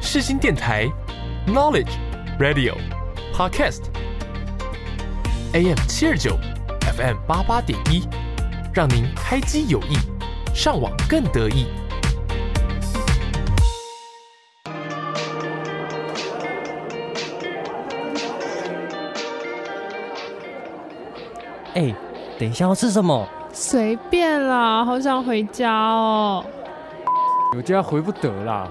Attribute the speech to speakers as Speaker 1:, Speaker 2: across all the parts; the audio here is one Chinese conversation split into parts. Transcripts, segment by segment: Speaker 1: 世新电台 Knowledge Radio Podcast AM 七二九 FM 八八点一，让您开机有益，上网更得意。
Speaker 2: 哎、等一下要吃什么？
Speaker 3: 随便啦，好想回家哦。
Speaker 4: 我家回不得啦。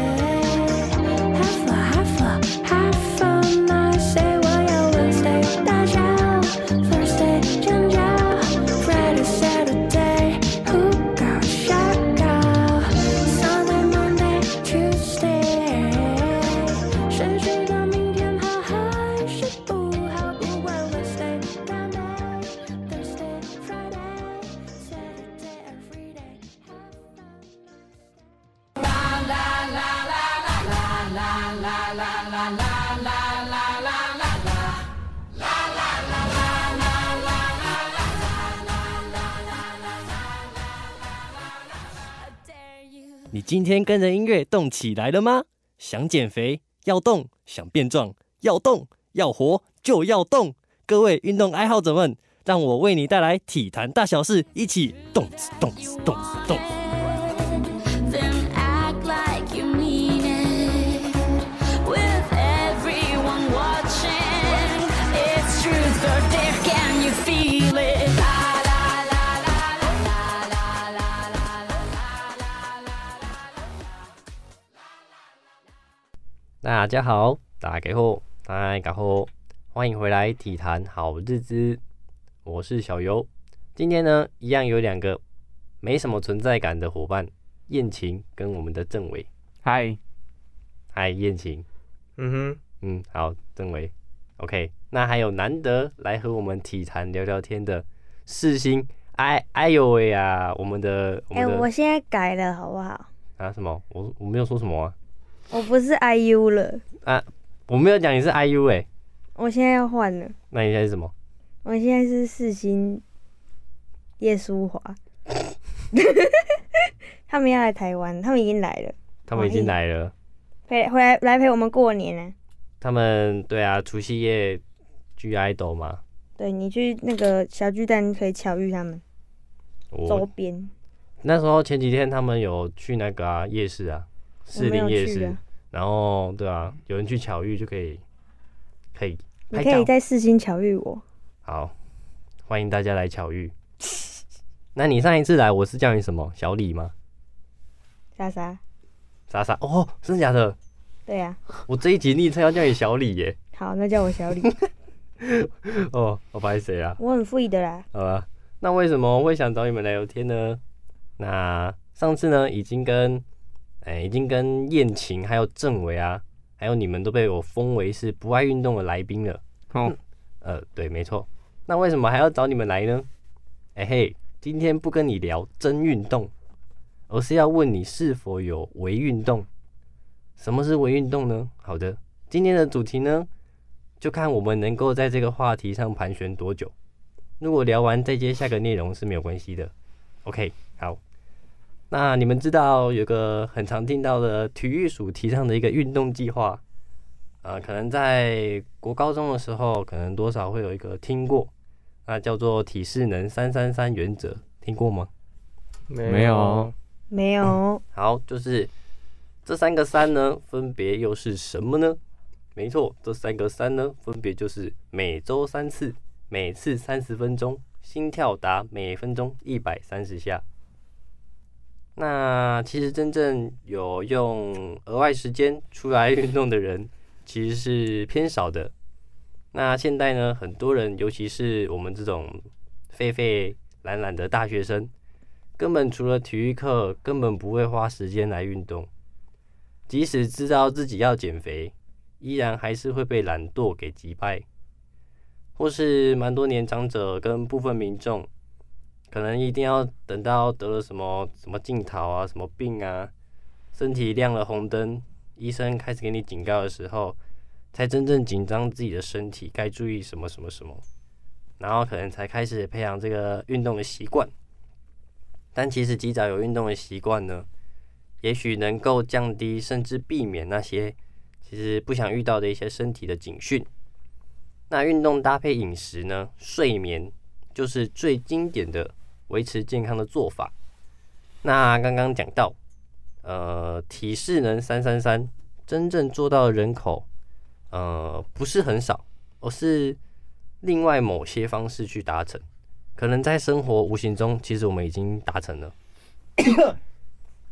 Speaker 5: 谁知道明天好还是不好？不管 Wednesday、Monday、Thursday、Friday、Saturday、every day。
Speaker 2: 你今天跟着音乐动起来了吗？想减肥要动，想变壮要动，要活就要动。各位运动爱好者们，让我为你带来体坛大小事，一起动次动次动次动次。
Speaker 5: Then act like you mean it. With everyone watching, it's truth or dare. Can you feel it? La la la la la la la la la.
Speaker 6: 大家好，大家好，大家好，欢迎回来《体坛好日子》，我是小游。今天呢，一样有两个没什么存在感的伙伴，燕晴跟我们的政委。
Speaker 4: 嗨，
Speaker 6: 嗨，燕晴，
Speaker 7: 嗯
Speaker 6: 嗯，好，政委，OK。那还有难得来和我们体坛聊聊天的世新，哎哎呦喂啊，我们的我
Speaker 8: 哎、
Speaker 6: 们的、
Speaker 8: 我现在改了好不好？
Speaker 6: 啊什么？我我没有说什么啊，
Speaker 8: 我不是 IU 了，
Speaker 6: 我没有讲你是 IU 哎、
Speaker 8: 我现在要换了，
Speaker 6: 那你现在是什么？
Speaker 8: 我现在是世新叶淑华。 他们要来台湾，他们已经来了，
Speaker 6: 他们已经来了。
Speaker 8: 陪回来来陪我们过年啊呢、
Speaker 6: 他们对啊，除夕夜聚 idol 嘛，
Speaker 8: 对你去那个小巨蛋可以巧遇他们，周
Speaker 6: 我
Speaker 8: 边
Speaker 6: 那时候前几天他们有去那个、啊、夜市啊，
Speaker 8: 我
Speaker 6: 士
Speaker 8: 没
Speaker 6: 林
Speaker 8: 有
Speaker 6: 夜
Speaker 8: 去
Speaker 6: 市
Speaker 8: 啊，，
Speaker 6: 然后对啊，有人去巧遇就可以，可以
Speaker 8: 你
Speaker 6: 拍
Speaker 8: 可以
Speaker 6: 照，
Speaker 8: 在世新巧遇我。
Speaker 6: 好，欢迎大家来巧遇。 那你上一次来我是叫你什么？小李吗？
Speaker 8: 莎莎，
Speaker 6: 莎莎哦，真的假的？
Speaker 8: 对呀、
Speaker 6: 我这一集昵称要叫你小李耶。
Speaker 8: 好，那叫我 小李，
Speaker 6: 哦，我白谁啊？
Speaker 8: 我很 free 的啦。
Speaker 6: 好吧，那为什么会想找你们来聊天呢？那上次呢，已经跟哎、已经跟燕晴还有郑维啊，还有你们都被我封为是不爱运动的来宾了。
Speaker 4: 哦，
Speaker 6: 呃，对，没错。那为什么还要找你们来呢？哎、嘿，今天不跟你聊真运动，而是要问你是否有微运动。什么是微运动呢？好的，今天的主题呢，就看我们能够在这个话题上盘旋多久。如果聊完再接下个内容是没有关系的。OK，好。那你们知道有个很常听到的体育署提倡的一个运动计划，呃，可能在国高中的时候，可能多少会有一个听过，那叫做体适能三三三原则，听过吗？
Speaker 4: 没有，
Speaker 8: 没有，
Speaker 6: 好，就是这三个三呢，分别又是什么呢？没错，这三个三呢，分别就是每周三次，每次三十分钟，心跳达每分钟一百三十下。那其实真正有用额外时间出来运动的人，其实是偏少的。那现代呢，很多人，尤其是我们这种废废懒懒的大学生，根本除了体育课，根本不会花时间来运动。即使知道自己要减肥，依然还是会被懒惰给击败，或是蛮多年长者跟部分民众，可能一定要等到得了什么什么镜头啊、什么病啊，身体亮了红灯，医生开始给你警告的时候，才真正紧张自己的身体，该注意什么什么什么，然后可能才开始培养这个运动的习惯。但其实及早有运动的习惯呢，也许能够降低甚至避免那些其实不想遇到的一些身体的警讯。那运动搭配饮食呢，睡眠就是最经典的维持健康的做法。那刚刚讲到，呃，体适能三三三，真正做到的人口，呃，不是很少，而是另外某些方式去达成。可能在生活无形中，其实我们已经达成 了。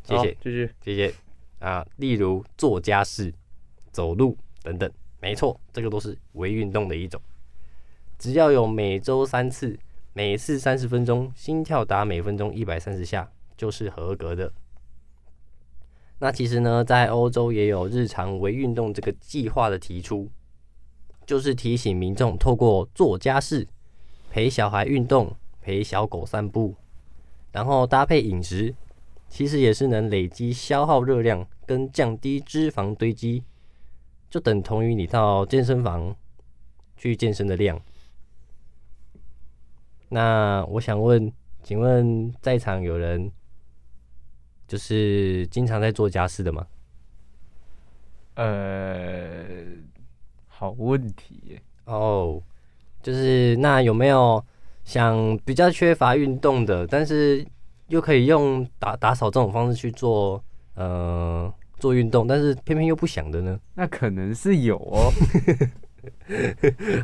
Speaker 6: 谢
Speaker 4: 好
Speaker 6: 谢。
Speaker 4: 继续。
Speaker 6: 谢谢啊，例如做家事、走路等等，没错，这个都是微运动的一种。只要有每周三次，每次三十分钟，心跳达每分钟一百三十下，就是合格的。那其实呢，在欧洲也有日常微运动这个计划的提出，就是提醒民众透过做家事、陪小孩运动、陪小狗散步，然后搭配饮食，其实也是能累积消耗热量跟降低脂肪堆积，就等同于你到健身房去健身的量。那我想问，请问在场有人就是经常在做家事的吗？
Speaker 4: 呃，好问题耶。
Speaker 6: 哦，就是那有没有想比较缺乏运动的，但是又可以用打打扫这种方式去做，呃，做运动，但是偏偏又不想的呢？
Speaker 4: 那可能是有哦。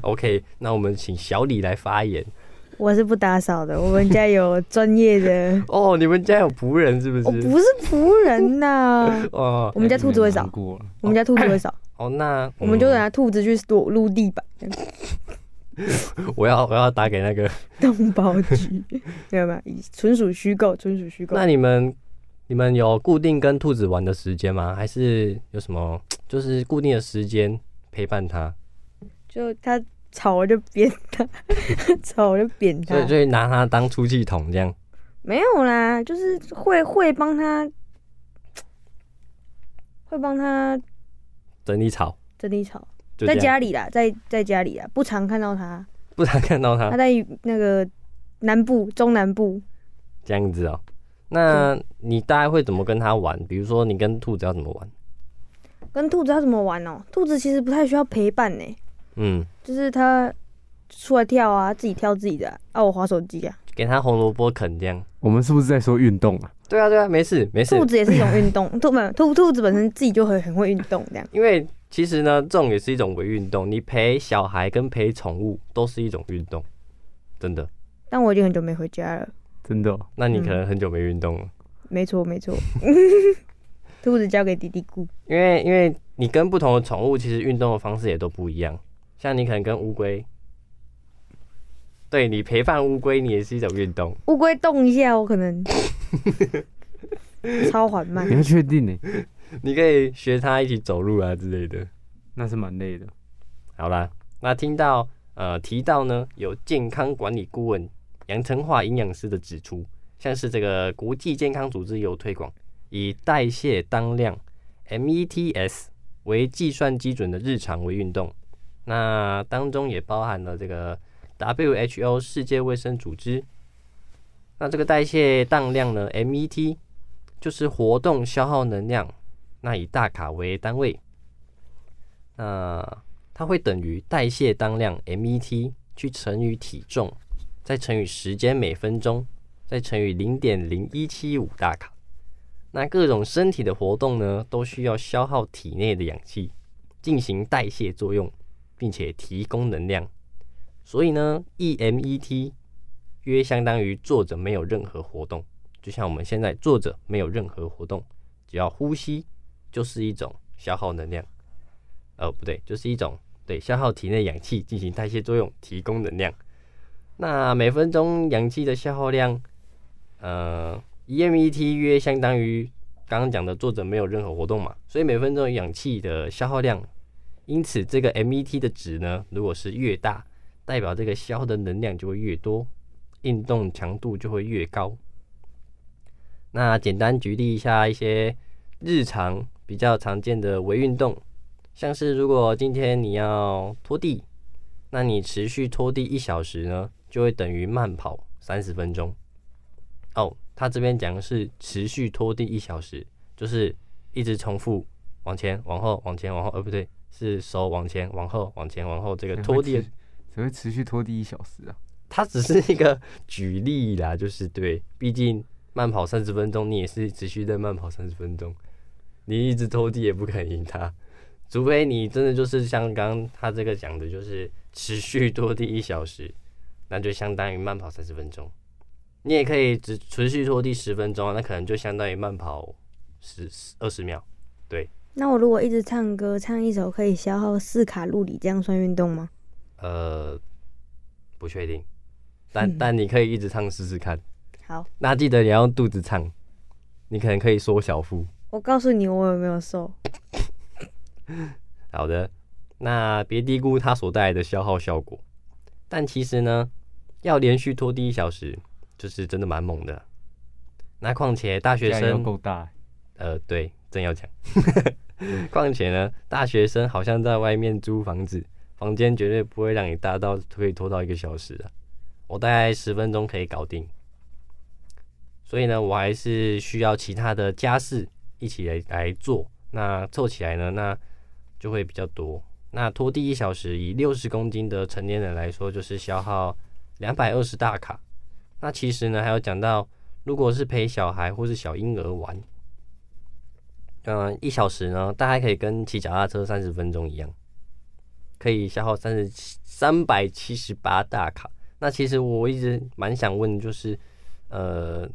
Speaker 6: OK，那我们请小李来发言。，
Speaker 8: 我是不打扫的，我们家有专业的
Speaker 6: 哦，你们家有仆人是不
Speaker 8: 我
Speaker 6: 是？
Speaker 8: 哦不是仆人呐、
Speaker 6: 哦
Speaker 8: 我们家兔子会扫
Speaker 9: 哎
Speaker 4: 难，过了
Speaker 8: 我们家兔子会扫，
Speaker 6: 哦，那
Speaker 8: 我们就
Speaker 6: 嗯
Speaker 8: 拿兔子去躲撸地板，这样
Speaker 6: 我要我要打给那 个。
Speaker 8: 动保局， 没有没有，纯属虚构，纯属虚构
Speaker 6: 那。你们你们有固定跟兔子玩的时间吗？还是有什么就是固定的时间陪伴它？
Speaker 8: 就他吵我就扁他， 吵我就扁他
Speaker 6: 所，以所以拿它当出气筒这样。
Speaker 8: 没有啦，就是会会帮他，会帮他
Speaker 6: 整理草，
Speaker 8: 整理草，
Speaker 6: 就
Speaker 8: 在
Speaker 6: 这样，
Speaker 8: 家里啦，在在家里啦，不常看到他，
Speaker 6: 不然看到它
Speaker 8: 他在那个南部中南部，
Speaker 6: 这样子哦。那你大概会怎么跟它玩？比如说你跟兔子要怎么玩？
Speaker 8: 跟兔子要怎么玩哦？兔子其实不太需要陪伴呢、
Speaker 6: 嗯，
Speaker 8: 就是它出来跳啊，自己跳自己的啊，啊我划手机啊。
Speaker 6: 给它红萝卜啃这样。
Speaker 4: 我们是不是在说运动啊？
Speaker 6: 对啊对啊，没事没事
Speaker 8: 兔。子也是一种运动， 兔没有兔兔子本身自己就很很会运动这样。
Speaker 6: 因为其实呢，这种也是一种伪运动。你陪小孩跟陪宠物都是一种运动，真的。
Speaker 8: 但我已经很久没回家了，
Speaker 4: 真 的哦、
Speaker 6: 那你可能很久没运动了，嗯
Speaker 8: 没错没 错。兔子交给弟弟姑，
Speaker 6: 因为因为你跟不同的宠物，其实运动的方式也都不一样。像你可能跟乌龟，对你陪伴乌龟，你也是一种运动。
Speaker 8: 乌龟动一下，我可 能超缓慢
Speaker 4: 你。要确定呢？
Speaker 6: 你可以学它一起走路啊之类的。
Speaker 4: 那是蛮累的。
Speaker 6: 好啦，那听到呃提到呢，有健康管理顾问杨成华营养师的指出，像是这个国际健康组织有推广以代谢当量 （METS） 为计算基准的日常为运动，那当中也包含了这个 WHO 世界卫生组织。那这个代谢当量呢，MET 就是活动消耗能量，那以大卡为单位。那它会等于代谢当量 MET 去乘以体重，再乘以时间每分钟，再乘以零点零一七五大卡。那各种身体的活动呢，都需要消耗体内的氧气，进行代谢作用，并且提供能量。所以呢，EMET 约相当于坐着没有任何活动，就像我们现在坐着没有任何活动，只要呼吸就是一种消耗能量。呃，不对，就是一种对消耗体内氧气进行代谢作用，提供能量。那每分钟氧气的消耗量，呃，EMET 约相当于刚刚讲的作者没有任何活动嘛，所以每分钟氧气的消耗量，因此这个 MET 的值呢，如果是越大，代表这个消耗的能量就会越多，运动强度就会越高。那简单举例一下一些日常比较常见的微运动，像是如果今天你要拖地，那你持续拖地一小时呢，就会等于慢跑三十分钟。哦，他这边讲的是持续拖地一小时，就是一直重复往前、往后、往前、往后，呃，不对，是手往前、往后、往前、往后这个拖地的
Speaker 9: 持，只会持续拖地一小时啊。
Speaker 6: 它只是一个举例啦， 就是对，毕竟慢跑三十分钟，你也是持续在慢跑三十分钟，你一直拖地也不可能赢他，除非你真的就是像刚刚他这个讲的，就是持续拖地一小时，那就相当于慢跑三十分钟。你也可以只持续拖地十分钟啊，那可能就相当于慢跑十二十秒。
Speaker 8: 那我如果一直唱歌，唱一首可以消耗四卡路里，这样算运动吗？
Speaker 6: 呃，不确定，但但你可以一直唱试试看。
Speaker 8: 好，
Speaker 6: 那记得你要用肚子唱，你可能可以缩小腹。
Speaker 8: 我告诉你我有没有瘦。
Speaker 6: 好的，那别低估它所带来的消耗效果。但其实呢，要连续拖地一小时，就是真的蛮猛的。那况且大学
Speaker 4: 压力要
Speaker 6: 生，
Speaker 4: 够大，
Speaker 6: 呃，对，正要讲。况且呢，大学生好像在外面租房子，房间绝对不会让你大到可以拖到一个小时啊。我大概十分钟可以搞定。所以呢，我还是需要其他的家事一起来来做。那凑起来呢，那就会比较多。那拖地一小时，以六十公斤的成年人来说，就是消耗两百二十大卡。那其实呢，还有讲到，如果是陪小孩或是小婴儿玩，嗯、一小时呢，大概可以跟骑脚踏车三十分钟一样，可以消耗三十七三百七十八大卡。那其实我一直蛮想问，就是呃，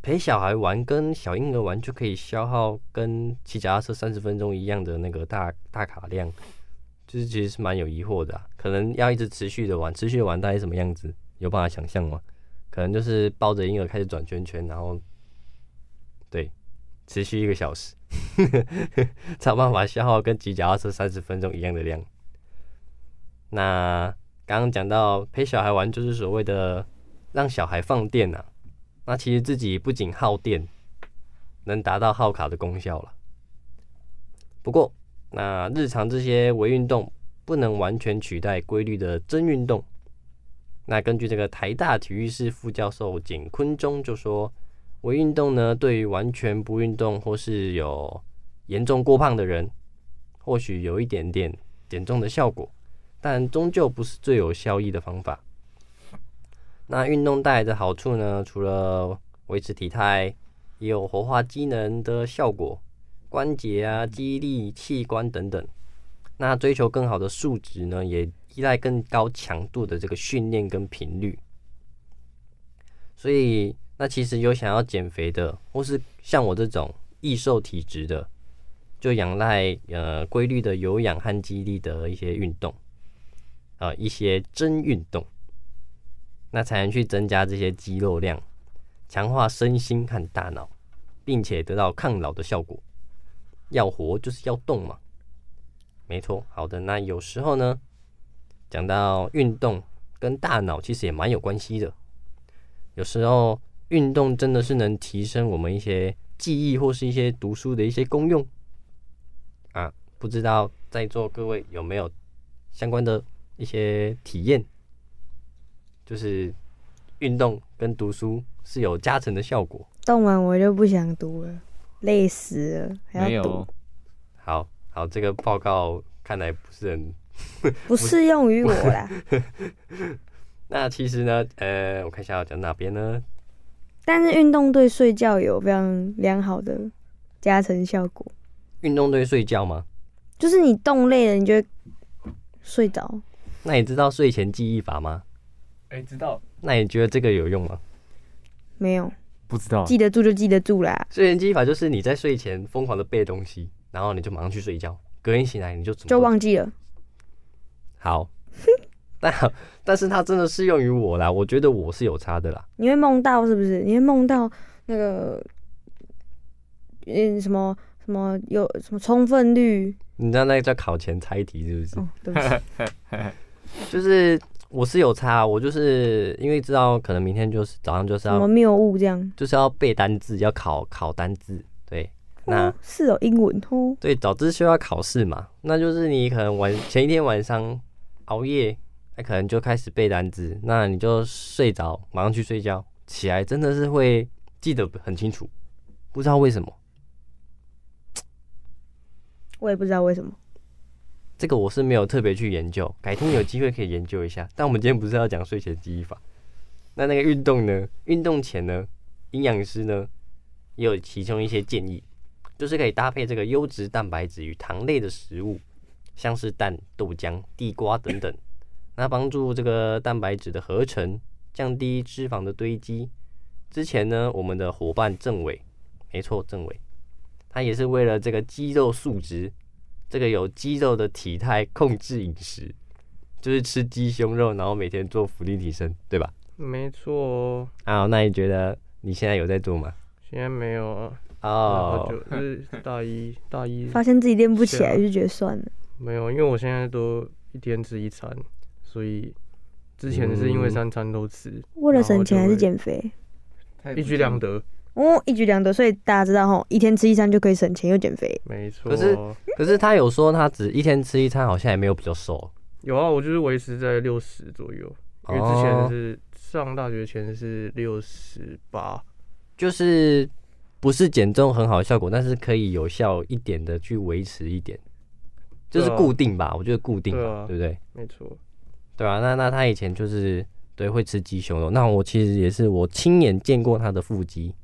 Speaker 6: 陪小孩玩跟小婴儿玩就可以消耗跟骑脚踏车三十分钟一样的那个大大卡量，就是其实是蛮有疑惑的啊、可能要一直持续的玩，持续地玩大概是什么样子，有办法想象吗？可能就是抱着婴儿开始转圈圈，然后对，持续一个小时，才有办法消耗跟骑脚踏车三十分钟一样的量。那刚刚讲到陪小孩玩，就是所谓的让小孩放电啊。那其实自己不仅耗电，能达到耗卡的功效了。不过，那日常这些微运动不能完全取代规律的真运动。那根据这个台大体育系副教授简坤中就说，微运动呢，对于完全不运动或是有严重过胖的人，或许有一点点减重的效果，但终究不是最有效益的方法。那运动带来的好处呢，除了维持体态，也有活化机能的效果，关节啊、肌力、器官等等。那追求更好的数值呢，也依赖更高强度的这个训练跟频率。所以，那其实有想要减肥的，或是像我这种易瘦体质的，就仰赖呃规律的有氧和肌力的一些运动，啊、一些真运动。那才能去增加这些肌肉量，强化身心和大脑，并且得到抗老的效果。要活就是要动嘛，没错。好的，那有时候呢，讲到运动跟大脑其实也蛮有关系的。有时候运动真的是能提升我们一些记忆或是一些读书的一些功用啊。不知道在座各位有没有相关的一些体验？就是运动跟读书是有加成的效果。
Speaker 8: 动完我就不想读了，累死了，还
Speaker 4: 没
Speaker 8: 要读
Speaker 4: 有，
Speaker 6: 好好，这个报告看来不是很。
Speaker 8: 不适用于我啦。
Speaker 6: 那其实呢，呃，我看一下要讲哪边呢？
Speaker 8: 但是运动对睡觉有非常良好的加成效果，
Speaker 6: 运动对睡觉吗？
Speaker 8: 就是你动累了，你就会睡着。
Speaker 6: 那你知道睡前记忆法吗？
Speaker 4: 哎，知道
Speaker 6: 那你觉得这个有用吗？
Speaker 8: 没有
Speaker 4: 不知道？
Speaker 8: 记得住就记得住啦，
Speaker 6: 睡前记忆法就是你在睡前疯狂的背东西，然后你就马上去睡觉，隔天醒来你就怎么
Speaker 8: 就
Speaker 6: 都
Speaker 8: 忘记了。
Speaker 6: 好。 但但是它真的适用于我啦，我觉得我是有差的啦。
Speaker 8: 你会梦到是不是？你会梦到那个，嗯，什么什么有什么充分率？
Speaker 6: 你知道那个叫考前猜题是不是？
Speaker 8: 哦，对不 起，
Speaker 6: 就是我是有差，我就是因为知道可能明天就是早上就是
Speaker 8: 什么
Speaker 6: 要
Speaker 8: 谬误这样？
Speaker 6: 就是要背单字，要考考单字，对。那
Speaker 8: 是哦，英文哦，
Speaker 6: 对，早自修要考试嘛，那就是你可能晚前一天晚上熬夜，那可能就开始背单词，那你就睡着，马上去睡觉，起来真的是会记得很清楚，不知道为什么，
Speaker 8: 我也不知道为什么。
Speaker 6: 这个我是没有特别去研究，改天有机会可以研究一下。但我们今天不是要讲睡前记忆法，那那个运动呢？运动前呢，营养师呢也有其中一些建议，就是可以搭配这个优质蛋白质与糖类的食物，像是蛋、豆浆、地瓜等等，那帮助这个蛋白质的合成，降低脂肪的堆积。之前呢，我们的伙伴政委，没错，政委，他也是为了这个肌肉素质，这个有肌肉的体态控制饮食，就是吃鸡胸肉，然后每天做伏地挺身，对吧？
Speaker 4: 没错哦，
Speaker 6: 啊，那你觉得你现在有在做吗？
Speaker 4: 现在没有啊，
Speaker 6: 哦、
Speaker 4: 好久就是大一大一
Speaker 8: 发现自己练不起
Speaker 4: 是
Speaker 8: 来，
Speaker 4: 啊
Speaker 8: 就觉得算了。
Speaker 4: 没有，因为我现在都一天吃一餐，所以之前是因为
Speaker 6: 嗯
Speaker 4: 三餐都吃，
Speaker 8: 为了省钱还是
Speaker 4: 减，
Speaker 8: 减肥？
Speaker 4: 一举两得，
Speaker 8: 哦，一举两得，所以大家知道吼，一天吃一餐就可以省钱又减肥。
Speaker 4: 没错。哦
Speaker 6: 可是可是他有说他只一天吃一餐，好像也没有比较瘦。
Speaker 4: 有啊，我就是维持在六十左右，因为之
Speaker 6: 哦
Speaker 4: 前是上大学前是六十八，
Speaker 6: 就是不是减重很好的效果，但是可以有效一点的去维持一点，就是
Speaker 4: 对啊
Speaker 6: 固定吧，我觉得固定吧，
Speaker 4: 对啊
Speaker 6: 对不对？
Speaker 4: 没错，
Speaker 6: 对啊，那那他以前就是对会吃鸡胸肉，那我其实也是我亲眼见过他的腹肌。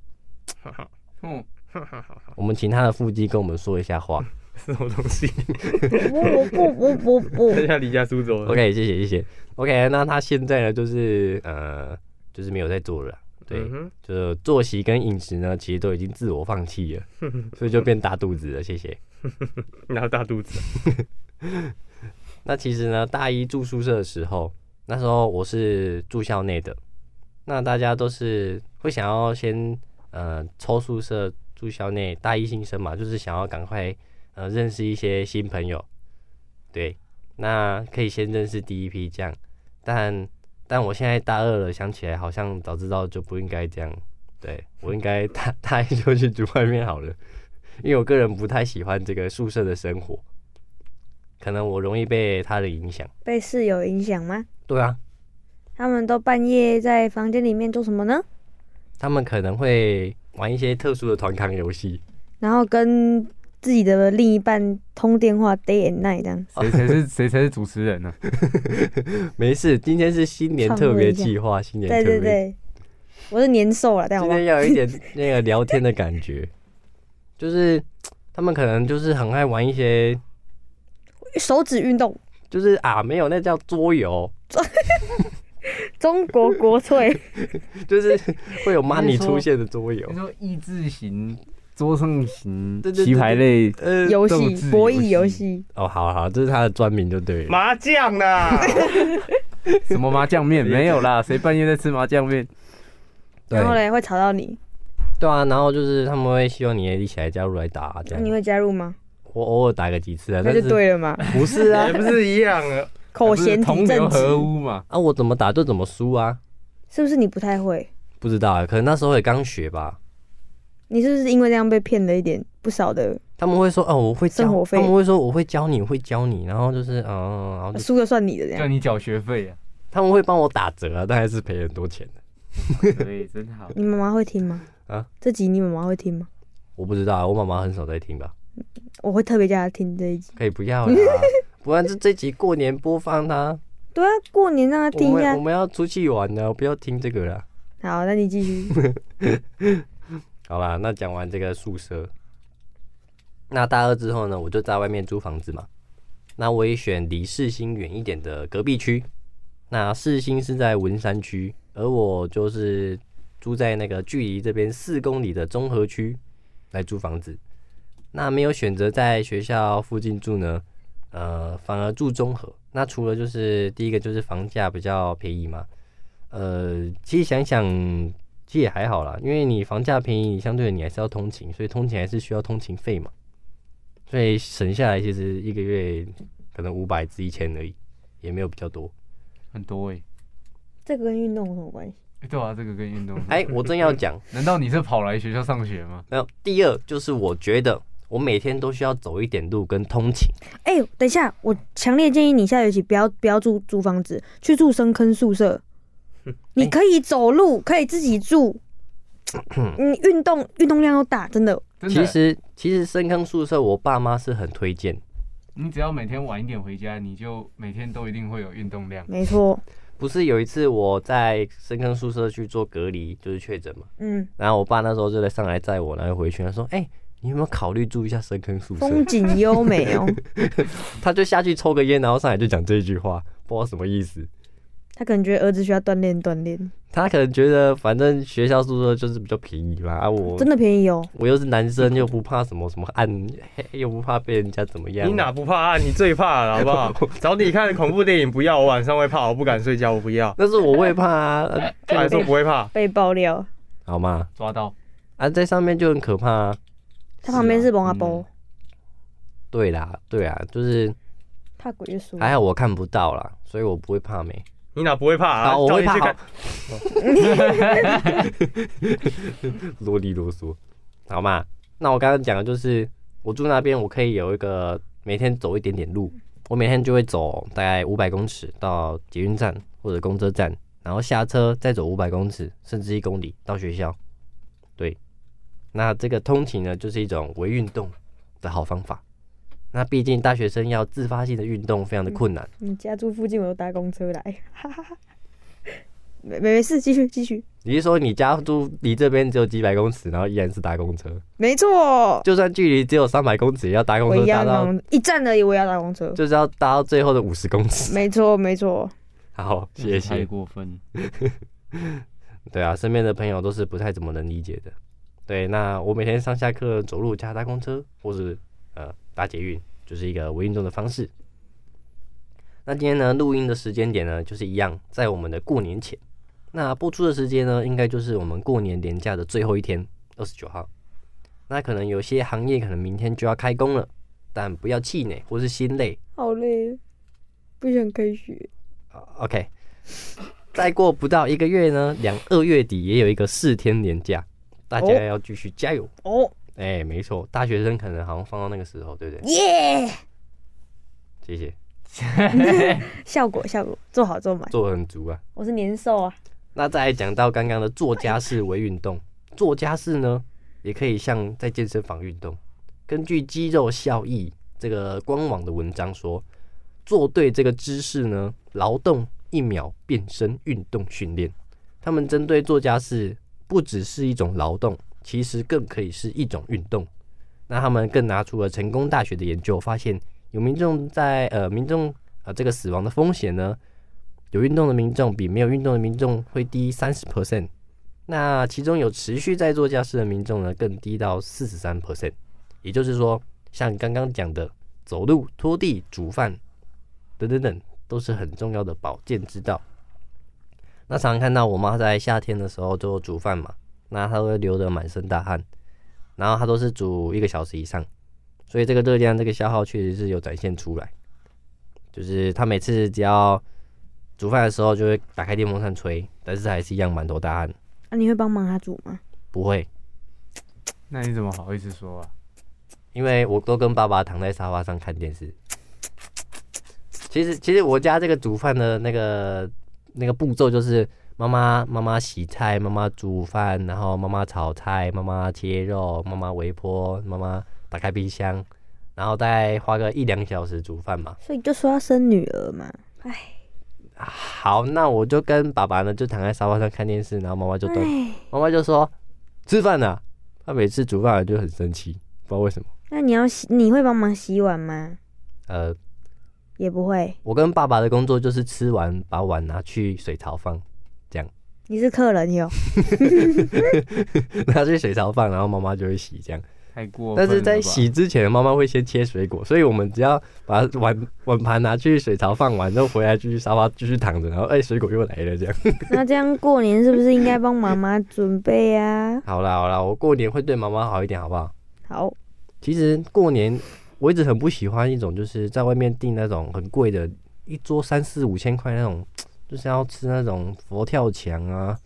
Speaker 4: 哈哈，
Speaker 8: 哦
Speaker 9: 嗯，
Speaker 4: 哈哈哈哈，
Speaker 6: 我们请他的腹肌跟我们说一下话。
Speaker 4: 什么东西？
Speaker 8: 我我不我不不
Speaker 4: 等一下离家出走了
Speaker 6: OK，谢谢谢谢。OK，那他现在呢，就是呃，就是没有在做了啦，对，
Speaker 4: 嗯哼
Speaker 6: 就是作息跟饮食呢，其实都已经自我放弃了，所以就变大肚子了。谢谢。
Speaker 4: 然后大肚子，
Speaker 6: 那其实呢，大一住宿舍的时候，那时候我是住校内的，那大家都是会想要先呃抽宿舍住校内，大一新生嘛，就是想要赶快呃认识一些新朋友，对，那可以先认识第一批这样，但但我现在大二了，想起来好像早知道就不应该这样，对我应该大大一就去住外面好了，因为我个人不太喜欢这个宿舍的生活。可能我容易被他的影响。
Speaker 8: 被室友影响吗？
Speaker 6: 对啊，
Speaker 8: 他们都半夜在房间里面做什么呢？
Speaker 6: 他们可能会玩一些特殊的团康游戏。
Speaker 8: 然后跟自己的另一半通电话 day and night 这样。
Speaker 9: 谁才是谁才是主持 人呢？啊
Speaker 6: 没事，今天是新年特别计划，新年
Speaker 8: 对
Speaker 6: 特
Speaker 8: 对
Speaker 6: 别，
Speaker 8: 对，我是年兽了，但我
Speaker 6: 今
Speaker 8: 忘
Speaker 6: 天要有一 点那个聊天的感觉，就是他们可能就是很爱玩一些，
Speaker 8: 手指运动，
Speaker 6: 就是啊，没有，那叫桌游，
Speaker 8: 中国国粹。
Speaker 6: 就是会有 money
Speaker 9: 你说
Speaker 6: 出现的桌游
Speaker 9: 你。说益智型、桌上型、
Speaker 6: 对对对
Speaker 9: 棋牌类
Speaker 6: 呃，
Speaker 8: 游
Speaker 9: 斗
Speaker 8: 戏、
Speaker 9: 智
Speaker 8: 博弈游
Speaker 9: 游
Speaker 8: 戏
Speaker 9: 戏、
Speaker 6: 哦，好好，这是他的专名就对
Speaker 8: 嗯
Speaker 6: 了。
Speaker 4: 麻将啦，
Speaker 9: 什么麻酱面 没有啦？谁半夜在吃麻酱面？
Speaker 6: 对
Speaker 8: 然后嘞会吵到你，
Speaker 6: 对啊，然后就是他们会希望你也一起来加入来打、这
Speaker 8: 那你
Speaker 6: 样。
Speaker 8: 会加入吗？
Speaker 6: 我偶尔打个几次啊，
Speaker 8: 那
Speaker 6: 但
Speaker 8: 就是对了嘛，
Speaker 6: 不 是啊
Speaker 4: 也不是一样啊，
Speaker 8: 口嫌
Speaker 9: 同
Speaker 8: 体
Speaker 9: 流
Speaker 8: 正直，
Speaker 9: 合污嘛？
Speaker 6: 啊，我怎么打就怎么输啊。
Speaker 8: 是不是你不太会？
Speaker 6: 不知道啊，可能那时候也刚学吧。
Speaker 8: 你是不是因为这样被骗了一点不少的
Speaker 6: 他们会说：“哦，我会教
Speaker 8: 生活。”费
Speaker 6: 他们会说：“我会教你，我会教你。”然后就是嗯，然后就
Speaker 8: 输了算你的这
Speaker 9: 叫
Speaker 8: 样？
Speaker 9: 你缴学费啊？
Speaker 6: 他们会帮我打折啊，但还是赔很多钱的。
Speaker 9: 对，真好。
Speaker 8: 你妈妈会听吗？
Speaker 6: 啊，
Speaker 8: 这集你妈妈会听吗？
Speaker 6: 我不知道啊，我妈妈很少在听吧？
Speaker 8: 我会特别叫她听这一集。
Speaker 6: 可以不 要啦，不然这这集过年播放它。
Speaker 8: 对啊，过年让她
Speaker 6: 我
Speaker 8: 听一下
Speaker 6: 们我。们要出去玩的，不要听这个啦。
Speaker 8: 好，那你继 续。
Speaker 6: 好啦，那讲完这个宿舍，那大二之后呢，我就在外面租房子嘛。那我也选离市心远一点的隔壁区。那市心是在文山区，而我就是住在那个距离这边四公里的中和区来租房子。那没有选择在学校附近住呢，呃，反而住中和。那除了就是第一个就是房价比较便宜嘛，呃，其实想想其实也还好啦，因为你房价便宜，你相对的你还是要通勤，所以通勤还是需要通勤费嘛，所以省下来其实一个月可能五百至一千而已，也没有比较多。
Speaker 9: 很多哎、
Speaker 8: 这个跟运动有什么关系？
Speaker 9: 诶对啊，这个跟运动，
Speaker 6: 哎，我正要讲，
Speaker 9: 难道你是跑来学校上学吗？
Speaker 6: 没有。第二就是我觉得我每天都需要走一点路跟通勤。
Speaker 8: 哎、等一下，我强烈建议你下学期不要不要住租房子，去住深坑 宿舍。你可以走路，可以自己住。嗯，运动运动量要大，真的。
Speaker 9: 真
Speaker 6: 其
Speaker 9: 的，
Speaker 6: 实其实深坑宿舍我爸妈是很推荐，
Speaker 9: 你只要每天晚一点回家，你就每天都一定会有运动量。
Speaker 8: 没错，
Speaker 6: 不是有一次我在深坑宿舍去做隔离，就是确诊嘛，
Speaker 8: 嗯，
Speaker 6: 然后我爸那时候就来上来载我，然后回去，他说：“哎、你有没有考虑住一下深坑宿舍
Speaker 8: 风景优美 哦。
Speaker 6: 他就下去抽个烟，然后上来就讲这一句话，不知道什么意思。
Speaker 8: 他可能觉得儿子需要锻炼锻炼，
Speaker 6: 他可能觉得反正学校宿舍就是比较便宜嘛，啊我
Speaker 8: 真的便宜哦。
Speaker 6: 我又是男生，又不怕什么什么暗，嘿又不怕被人家怎么样。
Speaker 4: 你哪不怕啊？你最怕了，好不 好？找你看恐怖电影不要，我晚上会怕，我不敢睡觉，我不要。
Speaker 6: 但是我会怕啊，
Speaker 4: 他还说不会怕，
Speaker 8: 被爆料，
Speaker 6: 好吗？
Speaker 9: 抓到，
Speaker 6: 啊，在上面就很可怕啊。
Speaker 8: 他旁边是蒙阿波
Speaker 9: 嗯，
Speaker 6: 对啦，对啊，就是
Speaker 8: 怕鬼就输。
Speaker 6: 还好我看不到啦，所以我不会怕没。
Speaker 4: 你哪不会怕啊？
Speaker 6: 好我
Speaker 4: 叫
Speaker 6: 会
Speaker 4: 你去
Speaker 6: 怕
Speaker 4: 看，
Speaker 6: 啰里啰嗦，好嘛？那我刚刚讲的就是，我住那边，我可以有一个每天走一点点路，我每天就会走大概五百公尺到捷运站或者公车站，然后下车再走五百公尺，甚至一公里到学校。对，那这个通勤呢，就是一种微运动的好方法。那毕竟大学生要自发性的运动非常的困难，
Speaker 8: 你嗯家住附近，我都搭公车来，哈哈哈。没没没事，继续继续。
Speaker 6: 你是说你家住离这边只有几百公尺，然后依然是搭公车，
Speaker 8: 没错，
Speaker 6: 就算距离只有三百公尺，也要搭公
Speaker 8: 我
Speaker 6: 车
Speaker 8: 一
Speaker 6: 搭
Speaker 8: 样啊
Speaker 6: 到
Speaker 8: 搭一站而已，我也要搭公车。
Speaker 6: 就是要搭到最后的五十公尺。
Speaker 8: 没错没错，
Speaker 6: 好，谢
Speaker 9: 太
Speaker 6: 谢。
Speaker 9: 过分。
Speaker 6: 对啊，身边的朋友都是不太怎么能理解的。对，那我每天上下课走路加搭公车，或是呃搭捷运，就是一个微运动的方式。那今天呢，录音的时间点呢，就是一样，在我们的过年前。那播出的时间呢，应该就是我们过年年假的最后一天，二十九号。那可能有些行业可能明天就要开工了，但不要气馁或是心累，
Speaker 8: 好累，不想开学。
Speaker 6: OK，再过不到一个月呢，两二月底也有一个四天年假，大家
Speaker 8: 哦
Speaker 6: 要继续加油。
Speaker 8: 哦
Speaker 6: 哎、没错，大学生可能好像放到那个时候，对不对？
Speaker 8: 耶，
Speaker 6: 谢谢，
Speaker 8: 效果效果，做好做满。
Speaker 6: 做得很足啊。
Speaker 8: 我是年兽啊，
Speaker 6: 那再来讲到刚刚的做家事为运动，做家事呢，也可以像在健身房运动。根据肌肉效益这个官网的文章说，做对这个姿势呢，劳动一秒变身运动训练。他们针对做家事，不只是一种劳动，其实更可以是一种运动。那他们更拿出了成功大学的研究，发现有民众在呃民众呃这个死亡的风险呢，有运动的民众比没有运动的民众会低三十 percent，那其中有持续在做家事的民众呢，更低到四十三 percent。也就是说，像刚刚讲的，走路、拖地、煮饭等等等，都是很重要的保健之道。那常常看到我妈在夏天的时候就煮饭嘛，那她会流得满身大汗，然后她都是煮一个小时以上，所以这个热量这个消耗确实是有展现出来。就是她每次只要煮饭的时候就会打开电风扇吹，但是还是一样满头大汗。
Speaker 8: 那、啊你会帮忙他煮吗？
Speaker 6: 不会，
Speaker 9: 那你怎么好意思说啊？
Speaker 6: 因为我都跟爸爸躺在沙发上看电视。其实，其实我家这个煮饭的那个那个步骤就是妈妈妈妈洗菜，妈妈煮饭，然后妈妈炒菜，妈妈切肉，妈妈微波，妈妈打开冰箱，然后再花个一两小时煮饭嘛。
Speaker 8: 所以就说要生女儿嘛，哎
Speaker 6: 啊好，那我就跟爸爸呢就躺在沙发上看电视，然后妈妈就端
Speaker 8: 哎，
Speaker 6: 妈妈就说吃饭了、她每次煮饭完就很生气，不知道为什么。
Speaker 8: 那你要洗，你会帮忙洗碗吗？
Speaker 6: 呃，
Speaker 8: 也不会，
Speaker 6: 我跟爸爸的工作就是吃完把碗拿去水槽放，
Speaker 8: 你是客人哟。
Speaker 6: 拿去水槽放，然后妈妈就会洗这样。
Speaker 9: 太过分
Speaker 6: 但
Speaker 9: 了吧。
Speaker 6: 是在洗之前，妈妈会先切水果，所以我们只要把碗碗盘拿去水槽放完之后，回来继续沙发继续躺着，然后哎、水果又来了这样。
Speaker 8: 那这样过年是不是应该帮妈妈准备啊？
Speaker 6: 好啦好啦，我过年会对妈妈好一点，好不好？
Speaker 8: 好，
Speaker 6: 其实过年我一直很不喜欢一种，就是在外面订那种很贵的，一桌三四五千块那种，就是要吃那种佛跳墙啊，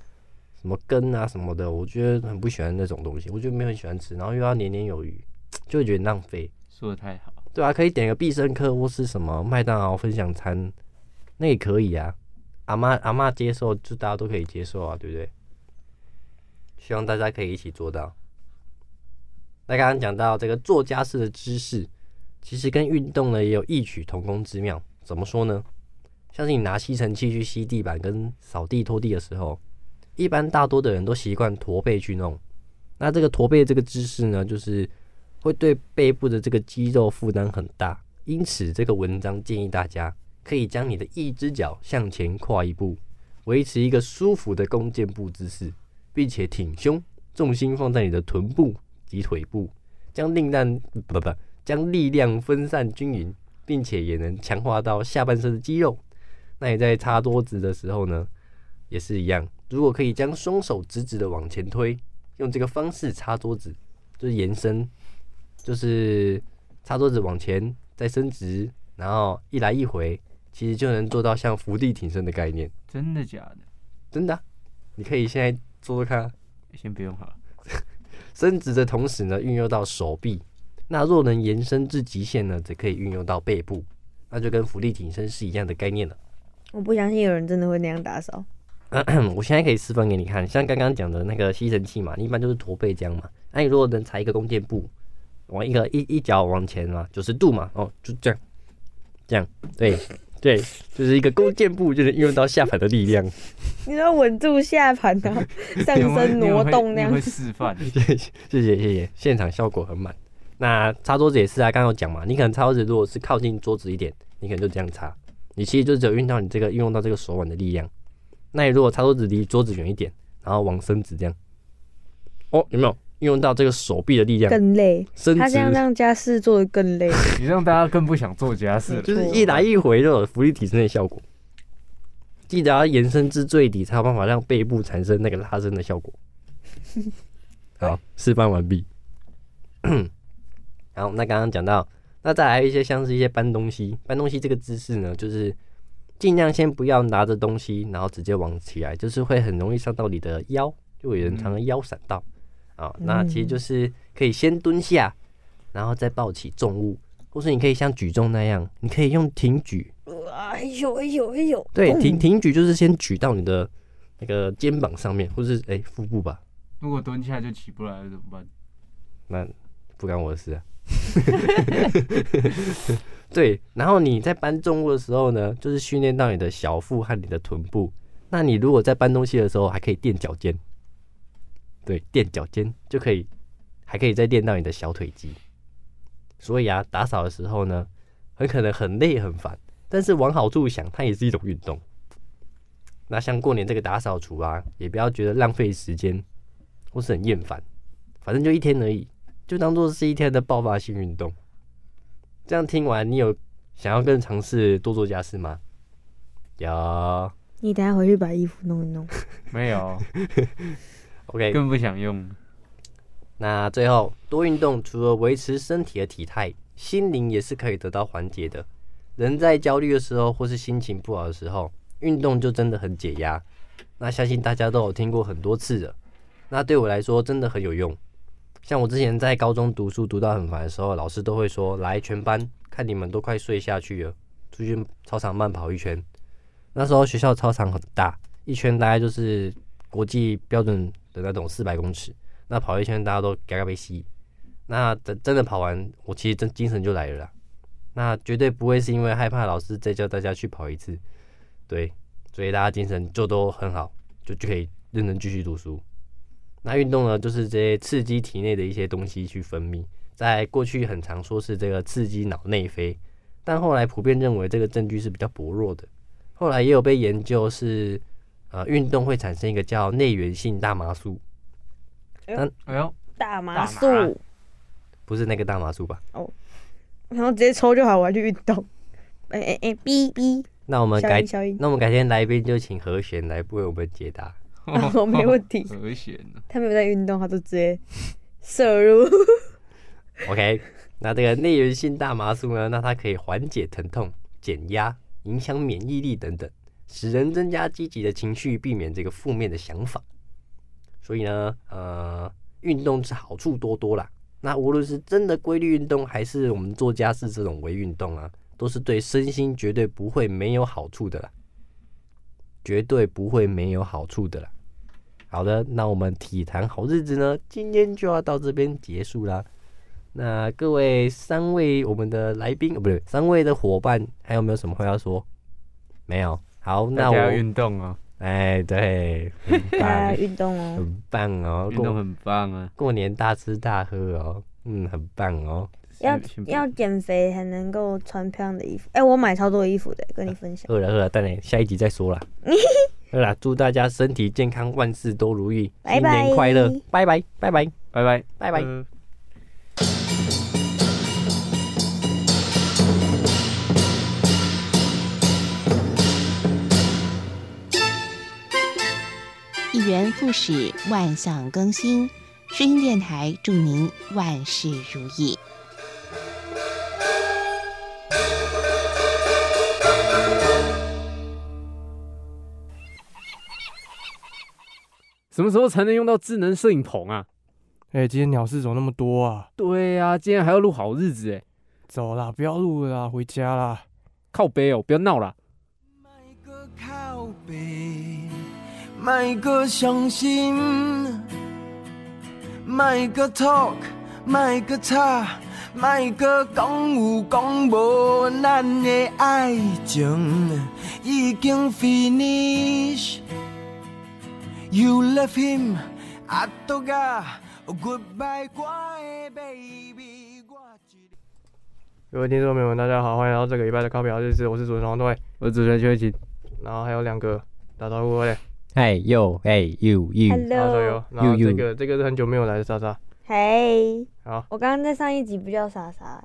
Speaker 6: 什么根啊什么的，我觉得很不喜欢那种东西，我就没有很喜欢吃，然后又要年年有余，就会觉得浪费。
Speaker 9: 说的太好，
Speaker 6: 对啊，可以点个必胜客或是什么麦当劳分享餐，那也可以啊。阿妈阿妈接受，就大家都可以接受啊，对不对？希望大家可以一起做到。那刚刚讲到这个做家事的知识，其实跟运动呢也有异曲同工之妙。怎么说呢？像是你拿吸尘器去吸地板跟扫地拖地的时候，一般大多的人都习惯驼背去弄。那这个驼背这个姿势呢，就是会对背部的这个肌肉负担很大，因此这个文章建议大家可以将你的一只脚向前跨一步，维持一个舒服的弓箭步姿势，并且挺胸，重心放在你的臀部及腿部，将力量不不将力量分散均匀，并且也能强化到下半身的肌肉。那你在擦桌子的时候呢，也是一样，如果可以将双手直直的往前推，用这个方式擦桌子，就是延伸就是擦桌子往前再伸直，然后一来一回，其实就能做到像伏地挺身的概念。
Speaker 9: 真的假的？
Speaker 6: 真的啊、你可以现在做做看啊。
Speaker 9: 先不用好了，
Speaker 6: 伸直的同时呢，运用到手臂。那若能延伸至极限呢，则可以运用到背部，那就跟伏地挺身是一样的概念了。
Speaker 8: 我不相信有人真的会那样打扫。
Speaker 6: 嗯我现在可以示范给你看，像刚刚讲的那个吸尘器嘛，你一般就是驼背这样嘛。那你如果能踩一个弓箭步，往一个一一脚往前嘛，九十度嘛，哦，就这样，这样，对对，就是一个弓箭步，就能运用到下盘的力量。
Speaker 8: 你要稳住下盘，然 后上
Speaker 9: 你很会
Speaker 8: 身挪动
Speaker 9: 你很会你很
Speaker 8: 那
Speaker 9: 会
Speaker 8: 样。
Speaker 9: 示范，
Speaker 6: 谢谢谢谢谢谢，现场效果很满。那擦桌子也是啊，刚刚有讲嘛，你可能擦桌子如果是靠近桌子一点，你可能就这样擦，你其实就只有运到你这个运用到这个手腕的力量。那你如果擦桌子离桌子远一点，然后往伸直这样，哦，有没有运用到这个手臂的力量？
Speaker 8: 更累，
Speaker 6: 伸
Speaker 8: 他这样
Speaker 6: 直
Speaker 8: 让家事做的更累。
Speaker 9: 你让大家更不想做家事了。
Speaker 6: 就是一来一回都有浮力提升的效果。记得要延伸至最底，才有办法让背部产生那个拉伸的效 果。好，示范完毕。好，那刚刚讲到，那再来一些像是一些搬东西，搬东西这个姿势呢，就是尽量先不要拿着东西，然后直接往起来，就是会很容易伤到你的腰，就有人常常腰闪到。啊、那其实就是可以先蹲下，然后再抱起重物，或是你可以像举重那样，你可以用挺举，
Speaker 8: 哎呦哎呦哎呦！
Speaker 6: 对，
Speaker 8: 咚
Speaker 6: 挺
Speaker 5: 嗯
Speaker 6: 挺举就是先举到你的那个肩膀上面，或是哎、腹部吧，
Speaker 9: 如果蹲下就起不来了怎么办？
Speaker 6: 那不干我的事啊。 对，然后你在搬重物的时候呢，就是训练到你的小腹和你的臀部。那你如果在搬东西的时候，还可以垫脚尖，对，垫脚尖就可以，还可以再练到你的小腿肌。所以啊，打扫的时候呢，很可能很累很烦，但是往好处想，它也是一种运动。那像过年这个打扫除啊，也不要觉得浪费时间，或是很厌烦，反正就一天而已，就当做是一天的爆发性运动。这样听完，你有想要更尝试多做家事吗？有
Speaker 8: 你等一下回去把衣服弄一弄。
Speaker 9: 没有，
Speaker 6: ，OK。
Speaker 9: 更不想用。
Speaker 6: 那最后，多运动除了维持身体的体态，心灵也是可以得到缓解的。人在焦虑的时候，或是心情不好的时候，运动就真的很解压。那相信大家都有听过很多次了。那对我来说，真的很有用。像我之前在高中读书读到很烦的时候，老师都会说：“来，全班看你们都快睡下去了，出去操场慢跑一圈。”那时候学校操场很大，一圈大概就是国际标准的那种四百公尺。那跑一圈大家都嘎嘎被吸，那真真的跑完，我其实真精神就来了啦。那绝对不会是因为害怕老师再叫大家去跑一次，对，所以大家精神就都很好，就就可以认真继续读书。那运动呢，就是这些刺激体内的一些东西去分泌，在过去很常说是这个刺激脑内啡，但后来普遍认为这个证据是比较薄弱的。后来也有被研究是，呃，运动会产生一个叫内源性大麻素，
Speaker 9: 哎 呦，
Speaker 8: 大麻素，
Speaker 9: 大麻
Speaker 6: 不是那个大麻素吧？
Speaker 8: 然后直接抽就好，我还去运动。哎哎哎，哔哔，
Speaker 6: 那我们
Speaker 8: 消
Speaker 6: 改
Speaker 8: 音，消音，
Speaker 6: 那我们改天来宾就请何璇来为我们解答。
Speaker 9: 哦
Speaker 8: 我没问 题。
Speaker 9: 和弦哦呢？
Speaker 8: 他没有在运动，他就直接摄入。
Speaker 6: OK，那这个内源性大麻素呢，那它可以缓解疼痛、减压、影响免疫力等等，使人增加积极的情绪，避免这个负面的想法。所以呢，呃，运动是好处多多啦。那无论是真的规律运动，还是我们做家事这种微运动啊，都是对身心绝对不会没有好处的啦，绝对不会没有好处的啦。好的，那我们体坛好日子呢，今天就要到这边结束啦。那各位三位我们的来宾，呃，不对，三位的伙伴，还有没有什么话要说？没有。好，那
Speaker 9: 大
Speaker 6: 我
Speaker 9: 家要运动哦，
Speaker 6: 哎，对，很
Speaker 8: 大
Speaker 6: 棒，
Speaker 8: 家 运动哦。
Speaker 6: 很棒哦，
Speaker 9: 运动
Speaker 6: 过
Speaker 9: 很棒啊，
Speaker 6: 过年大吃大喝哦，嗯，很棒哦。
Speaker 8: 要
Speaker 9: 先先不
Speaker 8: 要减肥才能够穿漂亮的衣服。哎、我买超多衣服的，跟你分享。
Speaker 6: 饿了饿了，蛋奶，下一集再说 啦。饿啦，祝大家身体健康，万事都如意，
Speaker 8: 拜
Speaker 6: 新年
Speaker 8: 拜
Speaker 6: 快乐，拜嗯拜，拜拜，
Speaker 9: 拜拜。
Speaker 6: 拜拜。
Speaker 4: 呃
Speaker 10: 一元复始，万象更新。声音电台祝您万事如意。
Speaker 11: 什么时候才能用到智能摄影棚啊？
Speaker 4: 哎、今天鸟事怎么那么多啊？
Speaker 11: 对呀、啊，今天还要录好日子哎，
Speaker 4: 走啦，不要录了啦，回家啦。
Speaker 11: 靠背哦，不要闹啦。
Speaker 12: 买个靠背，买个相信，买个 talk，买个吵，买个讲有讲无，咱的爱情已经 finish。You love him，阿啊多噶，Goodbye，我的 baby，我一个。
Speaker 4: 各位听众朋友们，大家好，欢迎来到这个礼拜的靠表日志，我是主持人黄队，
Speaker 9: 我是主持人邱一晴，
Speaker 4: 然后还有两个打招呼嘞，
Speaker 6: 哎呦，哎呦
Speaker 9: 嗯
Speaker 6: 呦，
Speaker 4: 然后都
Speaker 8: Hello，
Speaker 4: 有，然后
Speaker 6: 呦
Speaker 4: 这个这个是很久没有来的莎莎，
Speaker 8: 嘿，
Speaker 4: 好，
Speaker 8: 我刚刚在上一集不叫莎莎，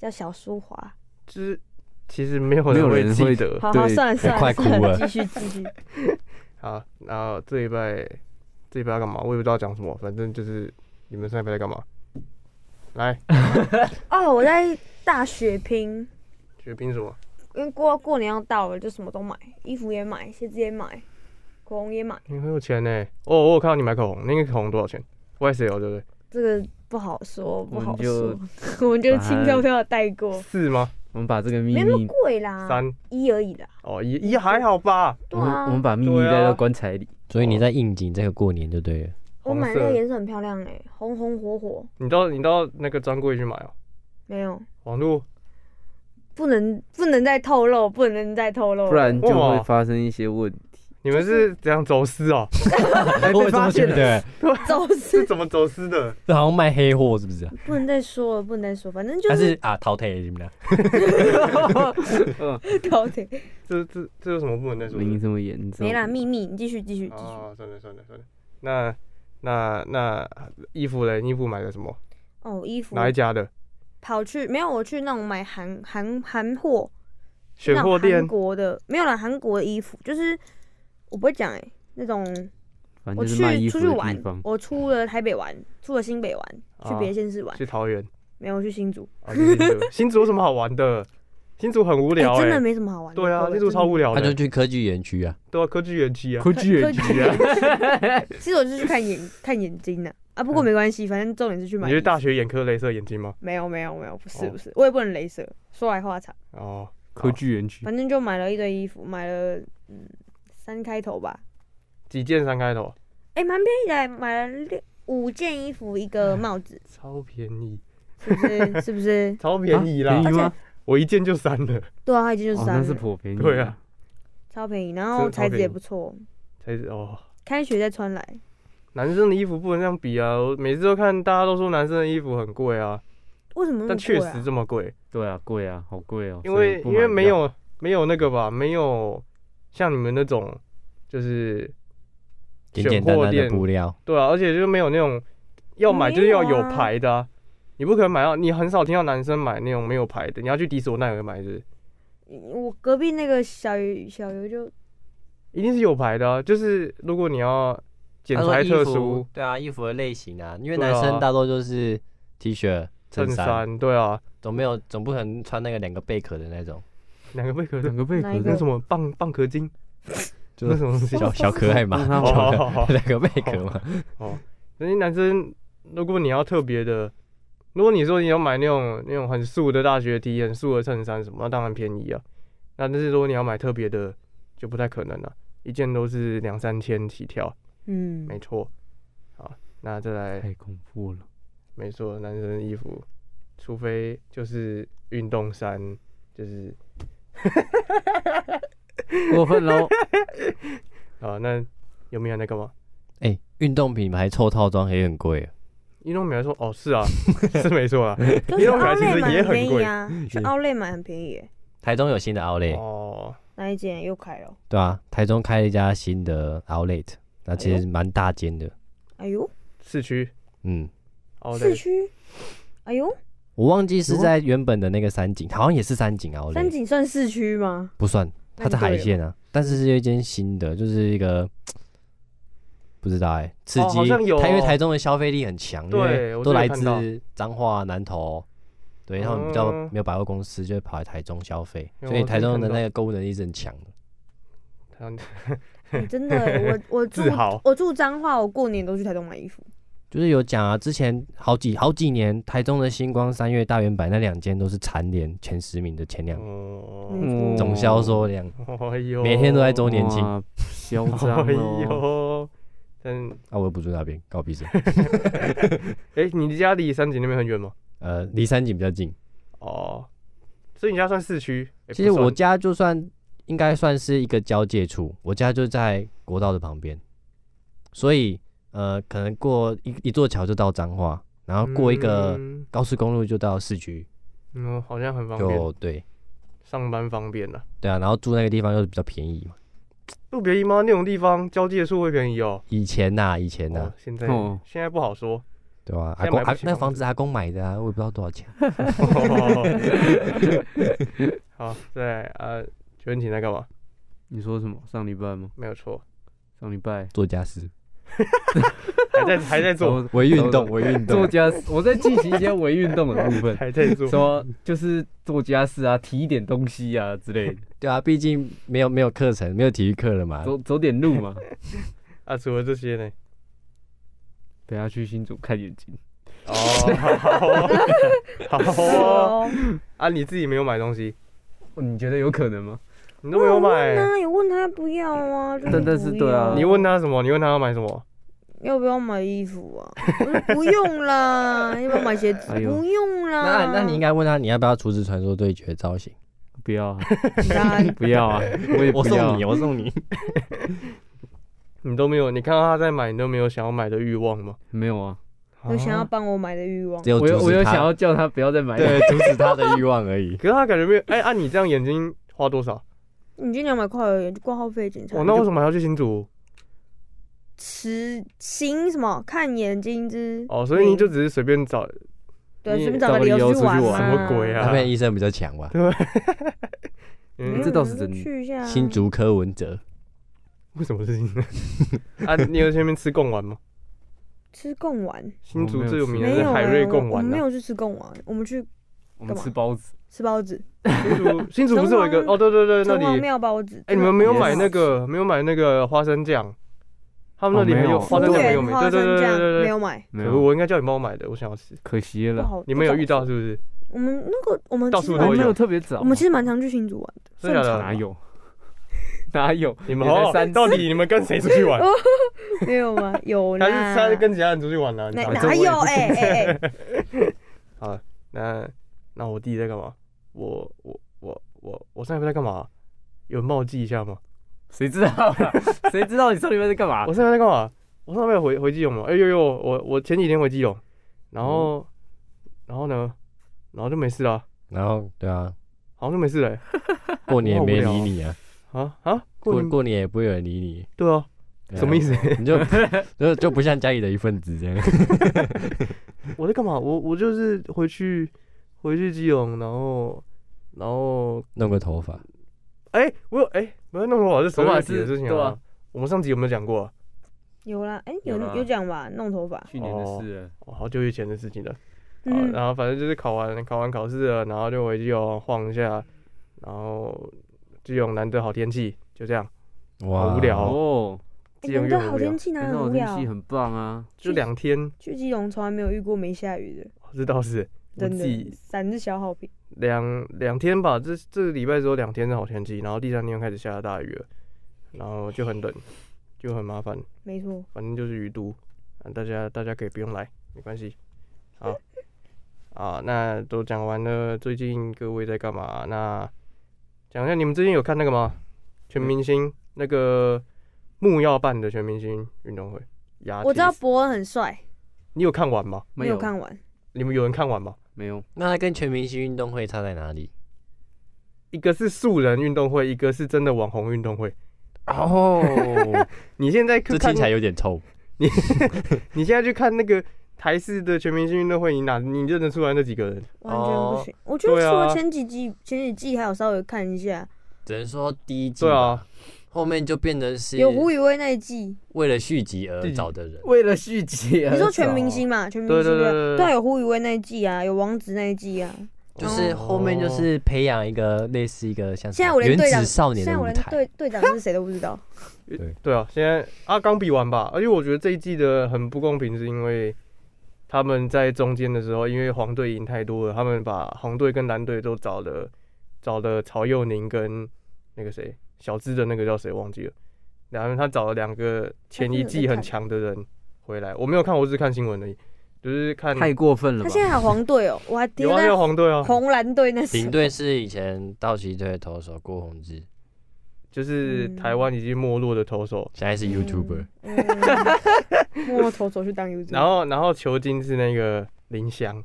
Speaker 8: 叫小淑华。
Speaker 4: 就是其实没有
Speaker 9: 没有
Speaker 4: 会
Speaker 9: 人
Speaker 4: 记
Speaker 9: 会
Speaker 4: 得，
Speaker 8: 好好，
Speaker 9: 对
Speaker 8: 算了算
Speaker 6: 快
Speaker 8: 了
Speaker 6: 哭
Speaker 8: 算
Speaker 6: 了
Speaker 8: 了，继续继续。
Speaker 4: 好，然后这礼拜这礼拜要干嘛？我也不知道讲什么，反正就是你们上礼拜在干嘛？来，
Speaker 8: 哦，我在大血拼，
Speaker 4: 学拼什么？
Speaker 8: 因为过过年要到了，就什么都买，衣服也买，鞋子也买，口红也买。
Speaker 4: 你很有钱呢、哦，我有看到你买口红，那个口红多少钱？YSL 对不对？
Speaker 8: 这个不好说，不好
Speaker 9: 就
Speaker 8: 说， 我们就
Speaker 9: 把它
Speaker 8: 轻飘飘的带过，
Speaker 4: 四吗？
Speaker 9: 我们把这个秘
Speaker 8: 没那么
Speaker 9: 密，
Speaker 8: 贵啦，
Speaker 4: 三？
Speaker 8: 一而已啦。
Speaker 4: 哦，一一还好吧。
Speaker 9: 我
Speaker 8: 对
Speaker 9: 们我们
Speaker 8: 啊，
Speaker 9: 把秘密
Speaker 4: 对啊
Speaker 9: 带到棺材里。
Speaker 6: 所以你在应景这个过年就对了。
Speaker 8: 我
Speaker 4: 红
Speaker 8: 买那
Speaker 4: 色
Speaker 8: 个颜色很漂亮哎，红红火火，
Speaker 4: 你到你到那个专柜去买哦、
Speaker 8: 没有，
Speaker 4: 网络
Speaker 8: 不能不能再透露，不能再透露了，
Speaker 9: 不然就
Speaker 4: 哇
Speaker 9: 会发生一些问题。
Speaker 4: 你们是怎样走私哦、
Speaker 6: 哦我怎么 觉得
Speaker 8: 走
Speaker 4: 是
Speaker 8: 私，
Speaker 4: 怎么走私的？
Speaker 6: 这好像卖黑货是不 是啊？
Speaker 8: 不能再说了，不能再说，反正就
Speaker 6: 还
Speaker 8: 是
Speaker 6: 是啊，淘汰了你们俩？
Speaker 8: 高 铁，
Speaker 4: 这这这有什么不能再说的？
Speaker 9: 没这么严重。
Speaker 8: 没啦，秘密，你继续继续继续。
Speaker 4: 哦，算了算了算了，那那那衣服嘞？衣服买的什么？
Speaker 8: 哦，衣服
Speaker 4: 哪一家的？
Speaker 8: 跑去没有，我去那种买韩韩韩货，
Speaker 4: 选
Speaker 8: 那
Speaker 4: 货
Speaker 8: 种
Speaker 4: 店
Speaker 8: 韩国的没有啦，韩国的衣服就是我不会讲哎、那种
Speaker 4: 啊
Speaker 9: 反
Speaker 8: 我
Speaker 9: 正就是卖
Speaker 8: 去
Speaker 9: 衣
Speaker 8: 出
Speaker 9: 服
Speaker 8: 去
Speaker 9: 的
Speaker 8: 玩
Speaker 9: 地方，。
Speaker 8: 我出了台北玩，出了新北玩，
Speaker 4: 啊
Speaker 8: 去别的县市玩，
Speaker 4: 去桃园。
Speaker 8: 没有我去新竹，
Speaker 4: 啊，就是新竹新竹有什么好玩的？新竹很无
Speaker 8: 哎、
Speaker 4: 聊
Speaker 8: 真的
Speaker 4: 哎。
Speaker 8: 没什么好玩的。
Speaker 4: 对啊，
Speaker 8: 各位
Speaker 4: 新竹超无聊
Speaker 6: 他就
Speaker 4: 的。
Speaker 6: 去科技园区啊，
Speaker 4: 对啊，科技园区啊。
Speaker 11: 科技
Speaker 8: 科
Speaker 11: 园
Speaker 8: 技
Speaker 11: 区，
Speaker 8: 其实我就是去看眼看眼睛的啊，不过没关系，反正重点是去买
Speaker 4: 嗯你
Speaker 8: 衣服。
Speaker 4: 去大学眼科镭射眼睛吗？
Speaker 8: 没有没有没有，不是
Speaker 4: 哦
Speaker 8: 不是，我也不能镭射，说来话长，
Speaker 4: 哦，
Speaker 11: 科技园区，
Speaker 8: 反正就买了一堆衣服，买了嗯三开头吧，
Speaker 4: 几件三开头，
Speaker 8: 哎、蛮便宜的欸，买了六五件衣服，一个帽子，
Speaker 4: 超便宜，
Speaker 8: 是不是？ 是不是？
Speaker 4: 超便宜啦
Speaker 9: 啊！便宜吗？
Speaker 4: 我一件就三了，
Speaker 8: 对啊，它已经就是
Speaker 9: 哦，
Speaker 8: 三
Speaker 9: 那
Speaker 8: 了，
Speaker 9: 是颇便宜。
Speaker 4: 对啊，
Speaker 8: 超便宜，然
Speaker 4: 真
Speaker 8: 后
Speaker 4: 的超
Speaker 8: 材质
Speaker 4: 便宜
Speaker 8: 也不错，
Speaker 4: 才是哦。
Speaker 8: 开学再穿来。
Speaker 4: 男生的衣服不能这样比啊！我每次都看大家都说男生的衣服很贵啊，
Speaker 8: 为什么那么
Speaker 4: 但确
Speaker 8: 贵
Speaker 4: 实
Speaker 8: 啊？
Speaker 4: 这么贵，
Speaker 9: 对啊，贵啊，好贵哦。
Speaker 4: 因
Speaker 9: 所以
Speaker 4: 为
Speaker 9: 不
Speaker 4: 因
Speaker 9: 买
Speaker 4: 为没
Speaker 9: 比
Speaker 4: 有没有那个吧，没有像你们那种就是
Speaker 6: 简简单
Speaker 4: 选货
Speaker 6: 单的
Speaker 4: 店
Speaker 6: 布料。
Speaker 4: 对啊，而且就没有那种要买就是要
Speaker 8: 没有
Speaker 4: 有
Speaker 8: 啊
Speaker 4: 牌的、啊，你不可能买到，你很少听到男生买那种没有牌的，你要去迪士尼奈尔买是不是
Speaker 8: 嗯我隔壁那个小鱼小鱼就
Speaker 4: 一定是有牌的、啊，就是如果你要剪
Speaker 8: 呃
Speaker 4: 裁特殊，
Speaker 6: 对啊，衣服的类型啊，因为
Speaker 4: 对啊
Speaker 6: 男生大多就是 T 恤、
Speaker 4: 衬
Speaker 6: 衬衫，
Speaker 4: 衫，对啊，
Speaker 6: 总没有总不可能穿那个两个贝壳的那种，
Speaker 4: 两个贝壳
Speaker 9: 较
Speaker 4: 的
Speaker 9: 两个贝
Speaker 8: 哪一
Speaker 9: 壳
Speaker 8: 个
Speaker 4: 那什么蚌蚌壳精，
Speaker 6: 就
Speaker 4: 那什么东西
Speaker 6: 小小可爱 嘛，
Speaker 4: 哦
Speaker 6: 小可
Speaker 4: 哦哦哦
Speaker 6: 两个贝壳嘛。
Speaker 4: 哦，那些男生，如果你要特别的，如果你说你要买那种那种很素的大学 T、很素的衬衫什么，那当然便宜啊。那但是如果你要买特别的，就不太可能了、啊一件都是两三千起跳。
Speaker 8: 嗯
Speaker 4: 没错。好，那再来。太
Speaker 11: 恐怖了。
Speaker 4: 没错，男生的衣服，除非就是运动衫，就是
Speaker 11: 过分喽。
Speaker 4: 啊，那有没有那个吗？
Speaker 6: 哎，运动品牌凑套装也很贵啊，
Speaker 4: 运动品牌说，哦，是啊， 是没 错啊，
Speaker 8: 可
Speaker 4: 运
Speaker 8: 是
Speaker 4: 动品牌
Speaker 8: 奥
Speaker 4: 其
Speaker 8: 莱
Speaker 4: 实
Speaker 8: 买
Speaker 4: 也
Speaker 8: 很
Speaker 4: 很
Speaker 8: 便宜
Speaker 4: 贵
Speaker 8: 啊，去奥莱买很便宜耶，
Speaker 6: 台中有新的 Outlet，
Speaker 4: 哦，
Speaker 8: 那一间又开了，
Speaker 6: 对啊，台中开了一家新的 Outlet，那其实蛮大间的，
Speaker 8: 哎呦，
Speaker 4: 市区，哦
Speaker 6: 嗯，
Speaker 8: 市区，哎呦，
Speaker 6: 我忘记是在原本的那个三井，好像也是三井 Outlet，
Speaker 8: 三井算市区吗？
Speaker 6: 不算，它在海线啊，但是是一间新的，就是一个不知道哎、刺
Speaker 4: 哦
Speaker 6: 激。
Speaker 4: 好像有
Speaker 6: 它因为
Speaker 4: 哦
Speaker 6: 台中的消费力很强，因
Speaker 4: 对
Speaker 6: 为
Speaker 4: 我
Speaker 6: 都
Speaker 4: 这里
Speaker 6: 来
Speaker 4: 看到嗯
Speaker 6: 自彰化、南投，对他们比较没有百货公司，就会跑来台中消费，
Speaker 4: 有
Speaker 6: 所以
Speaker 4: 我这里
Speaker 6: 台中的
Speaker 4: 看到
Speaker 6: 那个购物能力是很强的。
Speaker 4: 他们
Speaker 8: 哎 真 的耶，我我住
Speaker 6: 自豪
Speaker 8: 我住彰化，我过年都去台东买衣服。
Speaker 6: 就是有讲啊，之前好几好几年，台中的星光三月大圆柏那两间都是蝉联前十名的前两
Speaker 4: 嗯
Speaker 6: 名，
Speaker 4: 哦没错
Speaker 6: 总销售量，
Speaker 4: 哎呦
Speaker 6: 每天都在周年庆
Speaker 11: 哇，嚣张
Speaker 4: 哎
Speaker 11: 哦！
Speaker 4: 呦，但
Speaker 6: 啊，我又不住那边，搞闭嘴。
Speaker 4: 哎、你离家离三井那边很远吗？
Speaker 6: 呃，离三井比较近。
Speaker 4: 哦，所以你家算市区？哎
Speaker 6: 其实
Speaker 4: 不算
Speaker 6: 我家就算应该算是一个交界处，我家就在国道的旁边，所以呃，可能过一一座桥就到彰化，然后过一个
Speaker 4: 嗯
Speaker 6: 高速公路就到市区，
Speaker 4: 嗯，好像很方
Speaker 6: 就
Speaker 4: 便，
Speaker 6: 对
Speaker 4: 上班方便了、
Speaker 6: 对啊，然后住那个地方又比较便宜嘛。
Speaker 4: 不便宜吗？那种地方交界处会便宜哦。
Speaker 6: 以前呐、以前呐、
Speaker 4: 现在、
Speaker 6: 哦
Speaker 4: 现在不 好说，
Speaker 6: 对吧、啊？
Speaker 4: 现
Speaker 6: 阿
Speaker 4: 在
Speaker 6: 公
Speaker 4: 买不
Speaker 6: 阿
Speaker 4: 起
Speaker 6: 那
Speaker 4: 房
Speaker 6: 房子阿公买的啊，我也不知道多少钱。
Speaker 4: 好，再来啊，九问题在干嘛？
Speaker 11: 你说什么？上礼拜吗？
Speaker 4: 没有错，
Speaker 11: 上礼拜
Speaker 6: 做家事，
Speaker 4: 还在还在做
Speaker 11: 做，
Speaker 6: 微运 动微运动
Speaker 11: 做家事，我在进行一些微运动的部分，
Speaker 4: 还在 做
Speaker 11: 什么就是做家事啊，提一点东西啊之 类的，
Speaker 6: 对啊，毕竟没有没有课程，没有体育课了嘛。
Speaker 11: 走走点路 嘛。
Speaker 4: 啊，除了这些呢？
Speaker 11: 等下去新竹看眼睛。
Speaker 4: 哦，好哦，好 哦，啊，你自己没有买东西，
Speaker 11: 哦你觉得有可能吗？
Speaker 4: 你都没有买，
Speaker 8: 那有问嗯他不要啊，就是
Speaker 11: 但但是对啊，
Speaker 4: 你问他什么？你问他要买什么？
Speaker 8: 要不要买衣服啊？我说不用啦，要不要买鞋子？
Speaker 6: 哎呦
Speaker 8: 不用啦
Speaker 6: 那。那你应该问他，你要不要《厨子传说对决》造型？
Speaker 11: 不要啊，
Speaker 6: 不要
Speaker 11: 啊我也
Speaker 6: 我
Speaker 11: 不要
Speaker 6: 送你，我送你。
Speaker 4: 你都没有，你看到他在买，你都没有想要买的欲望吗？
Speaker 11: 没有啊，
Speaker 8: 有想要帮我买的欲望？
Speaker 4: 啊
Speaker 6: 只有
Speaker 11: 我有
Speaker 6: 阻
Speaker 11: 我
Speaker 6: 止
Speaker 11: 有
Speaker 6: 他
Speaker 11: 想要叫他不要再买，
Speaker 6: 对，阻止他的欲望而 已。
Speaker 4: 可是他感觉没有，哎，按你这样眼睛花多少？
Speaker 8: 你今两百块而已，就挂号费检查。
Speaker 4: 哦，那为什么还要去新竹？
Speaker 8: 吃行什么？看眼睛之
Speaker 4: 哦，所以你就只是随便找，
Speaker 8: 对，
Speaker 4: 你
Speaker 8: 随便找个理由去玩嘛。
Speaker 4: 什么鬼啊？
Speaker 6: 那边医生比较强吧？
Speaker 4: 对，
Speaker 6: 嗯
Speaker 8: 没有
Speaker 11: 这倒是真
Speaker 8: 人
Speaker 11: 的。
Speaker 8: 去一下啊。
Speaker 6: 新竹柯文哲，
Speaker 4: 为什么是新竹？啊，你有去那边吃贡丸吗？
Speaker 8: 吃贡丸，
Speaker 4: 新竹最有名的
Speaker 8: 没
Speaker 4: 是
Speaker 8: 有
Speaker 4: 海
Speaker 8: 啊
Speaker 4: 瑞
Speaker 8: 我
Speaker 4: 贡
Speaker 8: 我
Speaker 4: 丸
Speaker 8: 们没
Speaker 4: 啊。
Speaker 8: 有去吃贡丸，我们去
Speaker 11: 我
Speaker 8: 干
Speaker 11: 们
Speaker 8: 嘛
Speaker 11: 吃包子，
Speaker 8: 吃包子。
Speaker 4: 新竹新竹不是有一个哦？对对对，那
Speaker 8: 城隍
Speaker 4: 里
Speaker 8: 庙包子。
Speaker 4: 哎，你们没有买那个没有买那个花生酱，他们那里
Speaker 11: 哦没
Speaker 4: 没有
Speaker 11: 有
Speaker 4: 花生酱，没有
Speaker 8: 服务
Speaker 4: 买，
Speaker 8: 员
Speaker 4: 对对对
Speaker 8: 花生
Speaker 4: 对
Speaker 8: 酱
Speaker 4: 对，
Speaker 8: 没有买
Speaker 11: 没
Speaker 4: 可
Speaker 11: 有
Speaker 4: 恶我应该叫你帮我买的，我想要吃。
Speaker 11: 可惜
Speaker 8: 不好
Speaker 11: 了。
Speaker 4: 你们有遇到是不是？
Speaker 8: 我们那个我们
Speaker 4: 到
Speaker 8: 其实
Speaker 4: 处
Speaker 8: 蛮
Speaker 4: 都
Speaker 11: 没
Speaker 4: 有
Speaker 11: 有特别早
Speaker 8: 我，们其实蛮常去新竹玩的。
Speaker 4: 真的假的
Speaker 11: 哪有？哪有？
Speaker 4: 你们
Speaker 11: 也才
Speaker 4: 哦
Speaker 11: 三，次
Speaker 4: 到底你们跟谁出去玩？
Speaker 8: 没有吗？有
Speaker 4: 还是
Speaker 8: 啦。
Speaker 4: 他是跟其他人出去玩呢？你
Speaker 8: 哪
Speaker 4: 知道吗
Speaker 8: 哪 有？哎哎哎，
Speaker 4: 好，那那我弟在干嘛？我我我我我上礼拜在干嘛？有人帮我记一下吗？
Speaker 11: 谁知道 啊？谁知道你上礼拜在干嘛
Speaker 4: 我？上礼拜在干嘛？我上礼拜回回基隆了。哎呦呦，我我前几天回基隆，然后、然后呢，然后就没事了，
Speaker 6: 然后对啊，
Speaker 4: 好像就没事了欸、
Speaker 6: 过年也没
Speaker 4: 我好
Speaker 6: 理
Speaker 4: 无聊
Speaker 6: 你啊，
Speaker 4: 啊啊，过
Speaker 6: 过
Speaker 4: 年
Speaker 6: 过年也不会有人理你，
Speaker 4: 对啊，
Speaker 6: 对啊
Speaker 4: 什么意思？
Speaker 6: 你就 就就不像家里的一份子这样。
Speaker 4: 我在干嘛？我我就是回去回去基隆，然后然后
Speaker 6: 弄个头发，
Speaker 4: 哎、我有哎、不要弄头发是
Speaker 11: 头发
Speaker 4: 是
Speaker 11: 是
Speaker 4: 的事情
Speaker 11: 对
Speaker 4: 啊
Speaker 11: 啊。
Speaker 4: 我们上集有没有讲过啊、
Speaker 8: 有啦，哎有
Speaker 11: 有啦
Speaker 8: 有讲吧？弄头发，
Speaker 11: 去年的事了，
Speaker 4: 哦，好久以前的事情了。好
Speaker 8: 嗯
Speaker 4: 然后反正就是考完考完考试了，然后就回基隆晃一下，然后基隆难得好天气，就这样。好无聊
Speaker 11: 哦。
Speaker 8: 哎你们的好天气哪
Speaker 11: 很
Speaker 8: 很
Speaker 11: 好
Speaker 8: 无
Speaker 11: 天
Speaker 8: 聊
Speaker 11: 气？很棒啊，
Speaker 4: 就两天，
Speaker 8: 去基隆从来没有遇过没下雨的，
Speaker 4: 这倒是我
Speaker 8: 真
Speaker 4: 自己
Speaker 8: 的，伞是小好评。
Speaker 4: 两两天吧，这这个礼拜只有两天的好天气，然后第三天开始下大雨了，然后就很冷，就很麻烦。
Speaker 8: 没错，
Speaker 4: 反正就是雨都，啊大家大家可以不用来，没关系。好，啊，那都讲完了，最近各位在干嘛？那讲一下你们最近有看那个吗？全明星、那个木曜办的全明星运动会，雅
Speaker 8: 我知道
Speaker 4: 铁，
Speaker 8: 伯恩很帅，
Speaker 4: 你有看完吗？
Speaker 8: 没有看完。
Speaker 4: 你们有人看完吗？
Speaker 11: 没有。
Speaker 6: 那它跟全明星运动会差在哪里？
Speaker 4: 一个是素人运动会，一个是真的网红运动会。
Speaker 6: 哦，
Speaker 4: 你现 在
Speaker 6: 这
Speaker 4: 看
Speaker 6: 听起来有点臭。
Speaker 4: 你现在去看那个台式的全明星运动会，你哪你认得出来那几个人？
Speaker 8: 完全不行。我觉得
Speaker 4: 对
Speaker 8: 除
Speaker 4: 啊
Speaker 8: 了前几季、前几季还有稍微看一下，
Speaker 6: 只能说第一季
Speaker 4: 对啊，
Speaker 6: 后面就变成是
Speaker 8: 有胡宇威那一季，
Speaker 6: 为了续集而找的人。
Speaker 11: 为了续集啊
Speaker 8: 你说全明星嘛，全明
Speaker 6: 对
Speaker 8: 星
Speaker 6: 对对
Speaker 8: 啊
Speaker 6: 对对
Speaker 8: 对啊，有胡宇威那一季啊，有王子那一季啊。
Speaker 6: 就是后面就是培养一个类似一个像什
Speaker 8: 现在
Speaker 6: 么
Speaker 8: 我连
Speaker 6: 原
Speaker 8: 队长，
Speaker 6: 子少年
Speaker 8: 现在
Speaker 6: 的
Speaker 8: 我
Speaker 6: 舞
Speaker 8: 连
Speaker 6: 台，
Speaker 8: 队队长是谁都不知道。
Speaker 4: 对啊，现在啊刚比完吧，而且我觉得这一季的很不公平，是因为他们在中间的时候，因为黄队赢太多了，他们把红队跟蓝队都找了，找了曹佑宁跟那个谁小资的那个叫谁忘记了，然后他找了两个前一季很强的人回来，我没有看，我只是看新闻而已， 就是看
Speaker 11: 太过分
Speaker 8: 他现在还黄队 哦，我还听
Speaker 4: 有啊，有
Speaker 8: 到
Speaker 4: 黄队啊，
Speaker 8: 红蓝队那时
Speaker 6: 领
Speaker 8: 候
Speaker 6: 队是以前道奇队的投手郭宏志，
Speaker 4: 就是
Speaker 8: 嗯
Speaker 4: 台湾已经没落的投手，
Speaker 6: 现在是 YouTuber，
Speaker 8: 默默偷走去当 U
Speaker 4: 然后然后球精是那个林湘，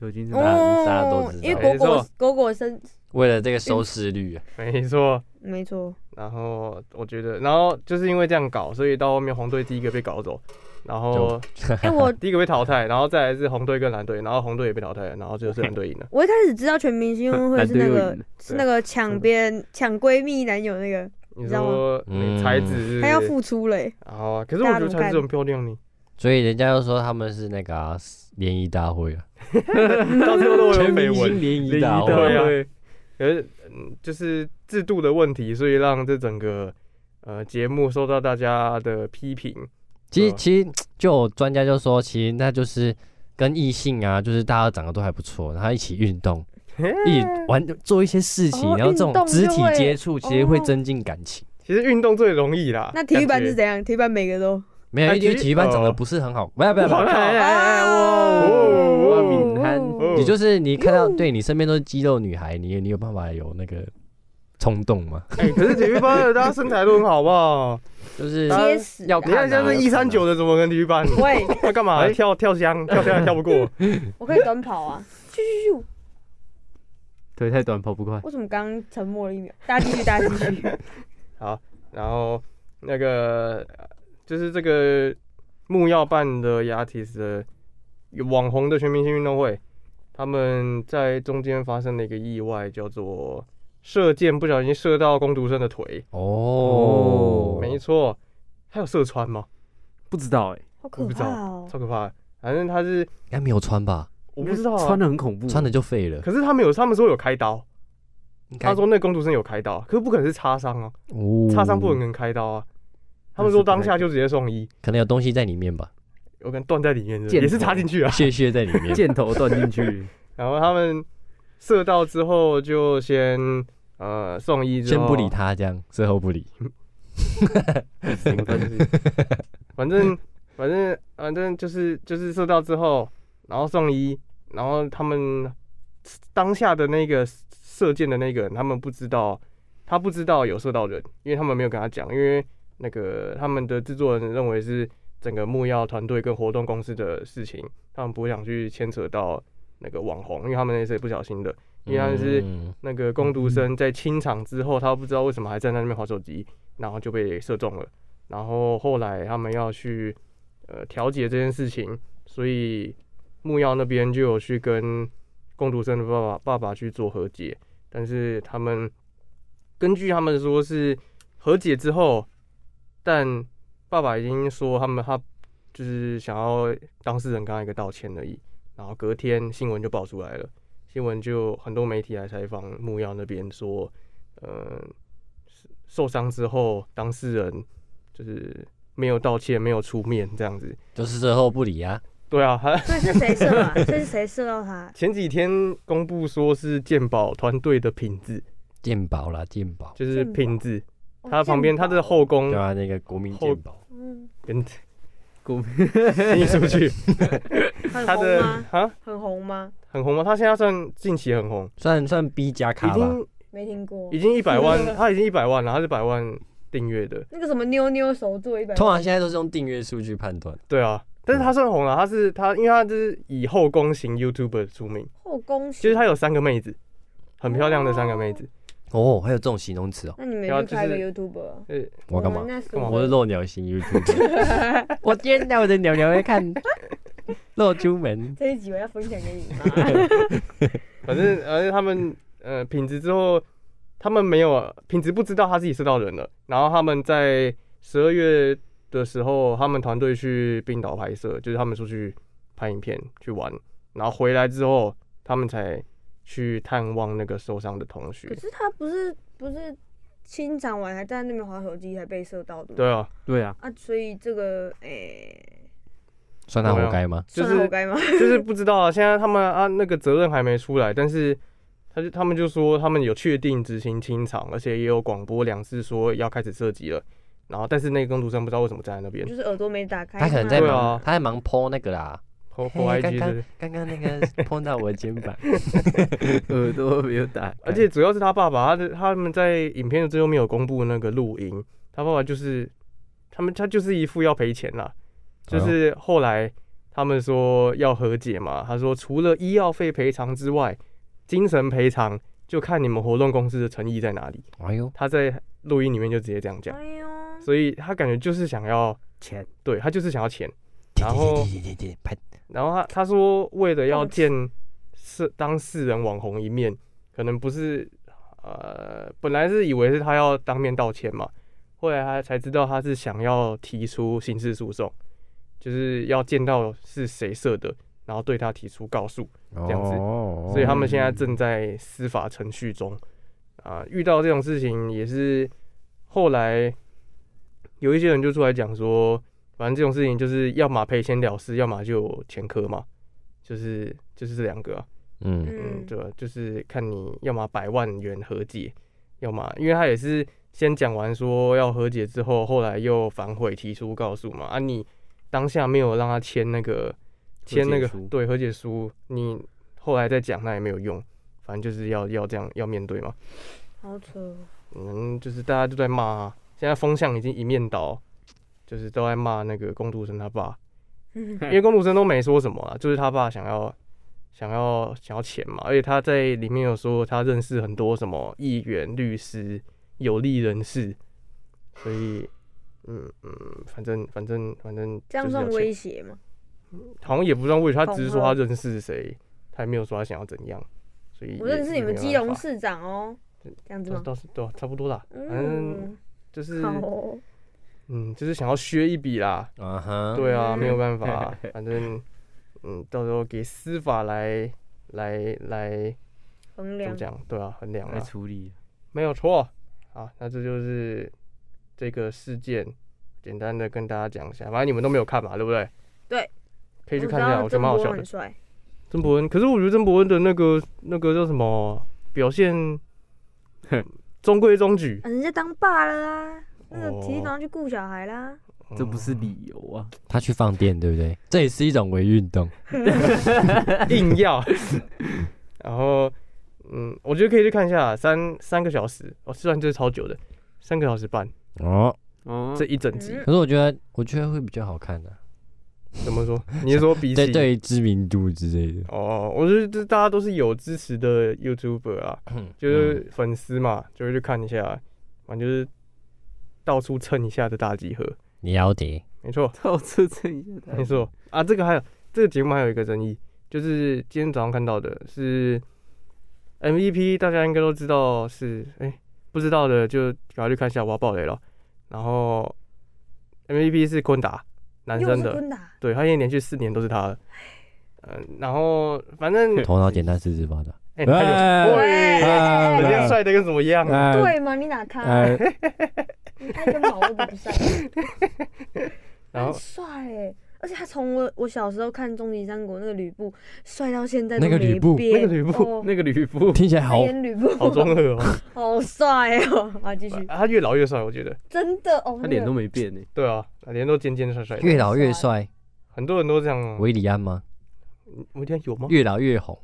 Speaker 11: 球精
Speaker 6: 是大家大家都
Speaker 8: 哦
Speaker 6: 知，道
Speaker 8: 因为果
Speaker 4: 没
Speaker 8: 果
Speaker 4: 错
Speaker 8: 果果生，
Speaker 6: 为了这个收视率， 啊
Speaker 4: 没错。
Speaker 8: 没错，
Speaker 4: 然后我觉得，然后就是因为这样搞，所以到后面红队第一个被搞走，然后
Speaker 6: 就
Speaker 8: 哎我
Speaker 4: 第一个被淘汰，然后再来是红队跟蓝队，然后红队也被淘汰了，然后就是蓝队赢了。
Speaker 8: 我一开始知道全明星运动会是那
Speaker 4: 蓝队 又
Speaker 8: 个
Speaker 4: 赢了
Speaker 8: 是那个抢别人抢闺蜜男友那个，你
Speaker 4: 你
Speaker 8: 知道吗？嗯
Speaker 4: 说那个才子，
Speaker 8: 他要付出欸嘞，
Speaker 4: 好啊，可是我觉得才子很 漂亮呢，
Speaker 6: 所以人家又说他们是那个啊联谊大会啊，
Speaker 4: 到最后都有绯闻，
Speaker 6: 联
Speaker 4: 对
Speaker 6: 谊大
Speaker 4: 啊
Speaker 6: 会
Speaker 4: 对，可是嗯就是制度的问题，所以让这整个呃节目受到大家的批评。
Speaker 6: 其实其实就有专家就说，其实那就是跟异性啊，就是大家长得都还不错，然后一起运动，一起玩做一些事情，
Speaker 8: 哦
Speaker 6: 然后这种
Speaker 8: 运动就
Speaker 6: 肢体
Speaker 8: 会
Speaker 6: 接触其实会
Speaker 8: 哦
Speaker 6: 增进感情。
Speaker 4: 其实运动最容易啦。
Speaker 8: 那体育班是
Speaker 4: 样？
Speaker 8: 怎样？体育班每个都
Speaker 6: 没有，
Speaker 4: 哎
Speaker 6: 因为
Speaker 4: 其实
Speaker 6: 体育班长得不是很好，不要不要不
Speaker 4: 哎
Speaker 6: 要，
Speaker 4: 哎哎
Speaker 11: 哦，哇，敏汉，
Speaker 6: 你就是你看到对你身边都是肌肉女孩，你你有办法有那个冲动吗？
Speaker 4: 哎，可是体育班的大家身材都很好，好不好？
Speaker 6: 就是
Speaker 4: 大家
Speaker 8: 结实。
Speaker 6: 要
Speaker 4: 你看
Speaker 6: 看
Speaker 4: 像
Speaker 6: 啊哎
Speaker 4: 是一三九的，怎么跟体 育班？
Speaker 8: 喂，
Speaker 4: 他干嘛？跳跳箱，跳箱还跳不过。
Speaker 8: 我可以短跑啊！咻咻咻！
Speaker 11: 腿太短跑不快。
Speaker 8: 为什么刚刚沉默了一秒？大家继续，大家继续。
Speaker 4: 好，然后那个呃就是这个木曜办的雅体斯的网红的全明星运动会，他们在中间发生了一个意外，叫做射箭不小心射到攻读生的腿。
Speaker 6: 哦，
Speaker 4: 没错，他有射穿吗？
Speaker 11: 不知道哎，
Speaker 8: 好
Speaker 4: 我
Speaker 8: 可
Speaker 4: 不知
Speaker 8: 怕
Speaker 4: 道
Speaker 8: 哦，！
Speaker 4: 超可怕的。反正他是
Speaker 6: 应该没有穿吧？
Speaker 4: 我不知道啊
Speaker 11: 穿的很恐怖，
Speaker 6: 穿了就废了。
Speaker 4: 可是他们有，他们说有开刀，
Speaker 6: 应该
Speaker 4: 他说那工读生有开刀，可是不可能是擦伤啊，
Speaker 6: 哦
Speaker 4: 擦伤不可能开刀啊。他们说当下就直接送医，
Speaker 6: 可能有东西在里面 吧，
Speaker 4: 有可能断在里面的，
Speaker 11: 箭头
Speaker 4: 也是插进去啊。
Speaker 6: 屑屑在里 面。
Speaker 11: 箭头断进去，
Speaker 4: 然后他们射到之后就先呃送医之
Speaker 6: 先
Speaker 4: 后，
Speaker 6: 不理他，这样事后不理。
Speaker 4: 什么东西， 反正反正反正就是就是射到之后，然后送医，然后他们当下的那个射箭的那个人，他们不知道，他不知道有射到人，因为他们没有跟他讲，因为那个他们的制作人认为是整个木曜团队跟活动公司的事情，他们不想去牵扯到那个网红，因为他们那是不小心的，因为他们是
Speaker 6: 嗯
Speaker 4: 那个攻读生在清场之后，他不知道为什么还站在那边划手机，然后就被射中了。然后后来他们要去呃调解这件事情，所以木曜那边就有去跟攻读生的爸爸爸爸去做和解，但是他们根据他们说是和解之后，但爸爸已经说他们他就是想要当事人跟他一个道歉而已。然后隔天新闻就爆出来了，新闻就很多媒体来采访木曜那边说，呃，是受伤之后，当事人就是没有道歉，没有出面，这样子，
Speaker 6: 就是事后不理啊。
Speaker 4: 对啊，他
Speaker 8: 那是谁射啊？这是谁射到他？
Speaker 4: 前几天公布说是鉴宝团队的品质，
Speaker 6: 鉴宝啦，鉴宝
Speaker 4: 就是品质。
Speaker 8: 哦
Speaker 4: 他旁边
Speaker 8: 鉴宝
Speaker 4: 他的后宫，
Speaker 6: 对啊，那个国民
Speaker 4: 嗯后
Speaker 6: 鉴宝，
Speaker 8: 嗯，
Speaker 4: 跟 国民你出去，
Speaker 8: 很
Speaker 4: 他
Speaker 8: 红
Speaker 4: 的
Speaker 8: 吗？
Speaker 4: 啊
Speaker 8: 很红吗？
Speaker 4: 很红吗？他现在算近期很红，
Speaker 6: 算算 B 加
Speaker 4: 已
Speaker 6: 卡吧。
Speaker 4: 经
Speaker 8: 没听过。
Speaker 4: 已经一百万，他已经一百万了，他是百万订阅的。
Speaker 8: 那个什么妞妞手做一百万，
Speaker 6: 通常现在都是用订阅数据判断。
Speaker 4: 对啊，
Speaker 8: 嗯
Speaker 4: 但是他算红了，他是他，因为他就是以后宫型 YouTuber 出名，
Speaker 8: 后宫
Speaker 4: 就是他有三个妹子，很漂亮的三个妹子。
Speaker 6: 哦，还有这种形容词哦。
Speaker 8: 那你们
Speaker 4: 然后
Speaker 8: 去
Speaker 4: 就
Speaker 8: 开个
Speaker 4: 是
Speaker 8: YouTube 啊？
Speaker 4: 呃，
Speaker 6: 我干嘛
Speaker 8: 我们那时？候
Speaker 6: 我是漏鸟型 YouTube。我今天带我的鸟鸟来看露珠门。
Speaker 8: 这一集我要分享给你妈。
Speaker 4: 反正
Speaker 8: 嗯
Speaker 4: 反正他们呃品质之后，他们没有品质不知道他自己射到人了，然后他们在十二月的时候，他们团队去冰岛拍摄，就是他们出去拍影片去玩，然后回来之后，他们才去探望那个受伤的同学
Speaker 8: 可。是他不是不是清场完还在那边划手机才被射到的吗？
Speaker 4: 对啊，
Speaker 11: 对啊，
Speaker 8: 啊，所以这个诶，
Speaker 6: 算他活该吗？
Speaker 4: 就
Speaker 8: 算他
Speaker 4: 是
Speaker 8: 活该吗？
Speaker 4: 就是不知道啊，现在他们啊那个责任还没出来，但是他就他们就说他们有确定执行清场，而且也有广播两次说要开始射击了，然后但是那个工读生不知道为什么站在那边
Speaker 8: 就，是耳朵没打开，
Speaker 6: 他可能在
Speaker 4: 对
Speaker 6: 忙
Speaker 4: 啊，
Speaker 6: 他在忙剖那个啦。
Speaker 4: 活活
Speaker 6: 嘿
Speaker 4: IG
Speaker 6: 刚
Speaker 4: 是不
Speaker 6: 刚
Speaker 4: 是
Speaker 6: 刚刚那个碰到我的肩膀。
Speaker 11: 耳朵没有打开，
Speaker 4: 而且主要是他爸爸，他的他们在影片的最后面有公布那个录音，他爸爸就是他们他就是一副要赔钱啦，就
Speaker 6: 哎呦
Speaker 4: 是后来他们说要和解嘛，他说除了医药费赔偿之外，精神赔偿就看你们活动公司的诚意在哪里。
Speaker 6: 哎呦，
Speaker 4: 他在录音里面就直接这样讲，
Speaker 8: 哎呦，
Speaker 4: 啊所以他感觉就是想要，
Speaker 11: 钱
Speaker 4: 对他就是想要钱，
Speaker 6: 点
Speaker 4: 然后
Speaker 6: 点点点点拍。
Speaker 4: 然后他他说为了要见是当事人网红一面，可能不是呃本来是以为是他要当面道歉嘛，后来他才知道他是想要提出刑事诉讼，就是要见到是谁设的，然后对他提出告诉，这样子
Speaker 6: 哦
Speaker 4: 所以他们现在正在司法程序中。啊、遇到这种事情也是后来有一些人就出来讲说，反正这种事情就是要么赔钱了事，要么就有前科嘛，就是就是这两个啊、
Speaker 6: 嗯，
Speaker 4: 嗯，
Speaker 8: 嗯，
Speaker 4: 对吧，就是看你要么百万元和解，要么因为他也是先讲完说要和解之后，后来又反悔提出告诉嘛，啊，你当下没有让他签那个签那个
Speaker 11: 书
Speaker 4: 对和解书，你后来再讲那也没有用，反正就是要要这样要面对嘛，
Speaker 8: 好扯 哦。
Speaker 4: 嗯，就是大家都在骂啊、现在风向已经一面倒，就是都在骂那个工读生他爸，
Speaker 8: 嗯
Speaker 4: 因为公主生都没说什么啊，就是他爸想要想要想要钱嘛，而且他在里面有说他认识很多什么议员、律师、有利人士，所以嗯嗯，反正反正反正
Speaker 8: 这样
Speaker 4: 就是要
Speaker 8: 算
Speaker 4: 钱
Speaker 8: 威胁吗？
Speaker 4: 好像也不算威胁，他只是
Speaker 8: 恐
Speaker 4: 说
Speaker 8: 吓
Speaker 4: 他认识谁，他也没有说他想要怎样，所以
Speaker 8: 我
Speaker 4: 也
Speaker 8: 认识你们基隆，市长哦，这样
Speaker 4: 也
Speaker 8: 子
Speaker 4: 没有
Speaker 8: 吗
Speaker 4: 办法倒？倒是对啊、差不多啦，反正
Speaker 8: 嗯，
Speaker 4: 就是
Speaker 8: 好哦，
Speaker 4: 嗯，就是想要削一笔啦，
Speaker 6: 啊哈，
Speaker 4: 对啊，没有
Speaker 8: 嗯
Speaker 4: 办 法啊、反正嗯，到时候给司法来来来
Speaker 8: 衡
Speaker 4: 怎么
Speaker 8: 量。
Speaker 4: 讲？对啊，衡量
Speaker 11: 来
Speaker 4: 啊，
Speaker 11: 处理。
Speaker 4: 没有错啊。那这就是这个事件，简单的跟大家讲一下。反正你们都没有看嘛，对不对？
Speaker 8: 对，
Speaker 4: 可以去
Speaker 8: 我
Speaker 4: 看一
Speaker 8: 知
Speaker 4: 下，
Speaker 8: 道
Speaker 4: 我觉得
Speaker 8: 郑
Speaker 4: 蛮好
Speaker 8: 波
Speaker 4: 笑的
Speaker 8: 很。帅，
Speaker 4: 曾伯恩，可是我觉得曾伯恩的那个那个叫什么表 现中规中矩
Speaker 8: 啊，人家当爸了啦，那个
Speaker 4: 哦
Speaker 8: 体育长去顾小孩啦。
Speaker 11: 哦这不是理由啊！
Speaker 6: 他去放电，对不对？这也是一种微运动。
Speaker 4: 硬要。然后，嗯，我觉得可以去看一下，三三个小时，哦，虽然这是超久的，三个小时半，
Speaker 6: 哦，
Speaker 11: 哦，
Speaker 4: 这一整集、
Speaker 8: 嗯
Speaker 6: 可是我觉得，我觉得会比较好看的、
Speaker 4: 怎么说？你是说比
Speaker 6: 对
Speaker 4: 起？
Speaker 6: 对于知名度之类的，
Speaker 4: 哦，我觉得这大家都是有支持的 YouTuber 啊，就是
Speaker 6: 嗯
Speaker 4: 粉丝嘛，就会去看一下，反正就是到处蹭一下的大集合，
Speaker 6: 你要得
Speaker 4: 没错，
Speaker 11: 到处蹭一下他
Speaker 4: 没错啊。这个还有这个节目还有一个争议，就是今天早上看到的是 MVP，大家应该都知道是哎、不知道的就赶快去看一下，我要爆雷了。然后 MVP 是昆达，男
Speaker 8: 又
Speaker 4: 生
Speaker 8: 是
Speaker 4: 的，
Speaker 8: 昆达，
Speaker 4: 呃对他已经连续四年都是他了。嗯，然后反正
Speaker 6: 头脑简单，四肢发达。
Speaker 4: 哎，你太有才
Speaker 8: 哎
Speaker 4: 喂，
Speaker 8: 哎
Speaker 4: 人家帅的跟什么样啊？
Speaker 8: 对嘛？你哪他？
Speaker 4: 哎
Speaker 8: 你爱跟毛都不帅，
Speaker 4: 然
Speaker 8: 很
Speaker 4: 后
Speaker 8: 帅哎！而且他从我我小时候看《终极三国》那个吕布，帅到现在都
Speaker 13: 那个
Speaker 8: 没
Speaker 13: 吕布，
Speaker 8: 变哦
Speaker 4: 那个吕布
Speaker 13: 听起来好
Speaker 8: 他演吕布
Speaker 4: 好中二哦，
Speaker 8: 好帅哦！好，继续，
Speaker 4: 他越老越帅，我觉得
Speaker 8: 真的哦，那个
Speaker 4: 没变呢。对啊，脸都尖尖帅帅的，
Speaker 13: 越老越帅，
Speaker 4: 很多人都这样啊。
Speaker 13: 维里安吗？
Speaker 4: 我天有吗？
Speaker 13: 越老越红。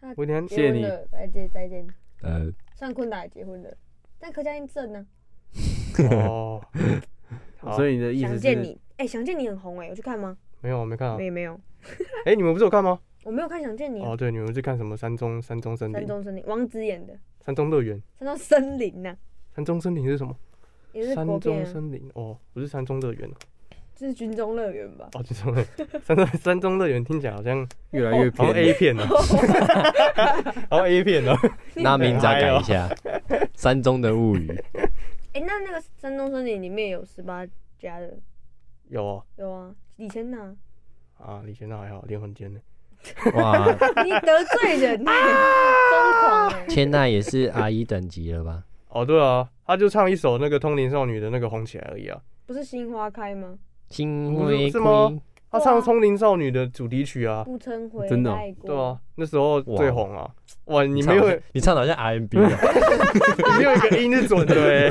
Speaker 8: 他
Speaker 4: 我天
Speaker 8: 结
Speaker 13: 谢谢
Speaker 8: 婚
Speaker 13: 你
Speaker 8: 了，再见再见。
Speaker 13: 呃，
Speaker 8: 虽然坤达也结婚了，但柯佳嬿正啊呢？
Speaker 4: 哦，好
Speaker 11: 所以你的意思
Speaker 8: 想
Speaker 11: 是
Speaker 8: 见你，哎，想见你很红哎，有去看吗？
Speaker 4: 没有，我没看啊
Speaker 8: 没。没有，
Speaker 4: 哎，你们不是有看吗？
Speaker 8: 我没有看《想见你》
Speaker 4: 哦，
Speaker 8: 啊，
Speaker 4: 对，你们是看什么山中山中森
Speaker 8: 山
Speaker 4: 林、
Speaker 8: 中森林，王子演的
Speaker 4: 山中乐园、
Speaker 8: 山中森林呐，
Speaker 4: 山中森林是什么？
Speaker 8: 也是
Speaker 4: 山
Speaker 8: 国片
Speaker 4: 中
Speaker 8: 啊，
Speaker 4: 森林哦，不是山中乐园哦
Speaker 8: 这是军中乐园吧？
Speaker 4: 哦，这种乐山中 山中乐园听起来好像
Speaker 11: 越来越
Speaker 4: 好像
Speaker 11: 偏
Speaker 4: A 片哦， 好像 A 片哦。
Speaker 13: 那名字要改一下
Speaker 4: 很嗨哦，
Speaker 13: 《山中的物语》
Speaker 8: 哎，那那个《山中森林》里面有十八家的，
Speaker 4: 有哦
Speaker 8: 有啊，李千娜，
Speaker 4: 啊，李贤那还好，连环间呢。
Speaker 13: 哇，
Speaker 8: 你得罪 人呢，疯狂哎！
Speaker 13: 千奈也是阿姨等级了吧？
Speaker 4: 哦，对啊，他就唱一首那个《通灵少女》的那个红起来而已啊，
Speaker 8: 不是新花开吗？
Speaker 13: 金
Speaker 4: 不
Speaker 13: 龟
Speaker 4: 是是
Speaker 13: 龟
Speaker 4: 吗？他唱《通灵少女》的主题曲啊，
Speaker 8: 不曾回
Speaker 13: 真的哦
Speaker 8: 来过。
Speaker 4: 对啊，那时候最红啊。哇，你没
Speaker 13: 唱
Speaker 4: 有
Speaker 13: 得好像你唱的好像 RMB 哦，
Speaker 4: 没有一个音是准的哎。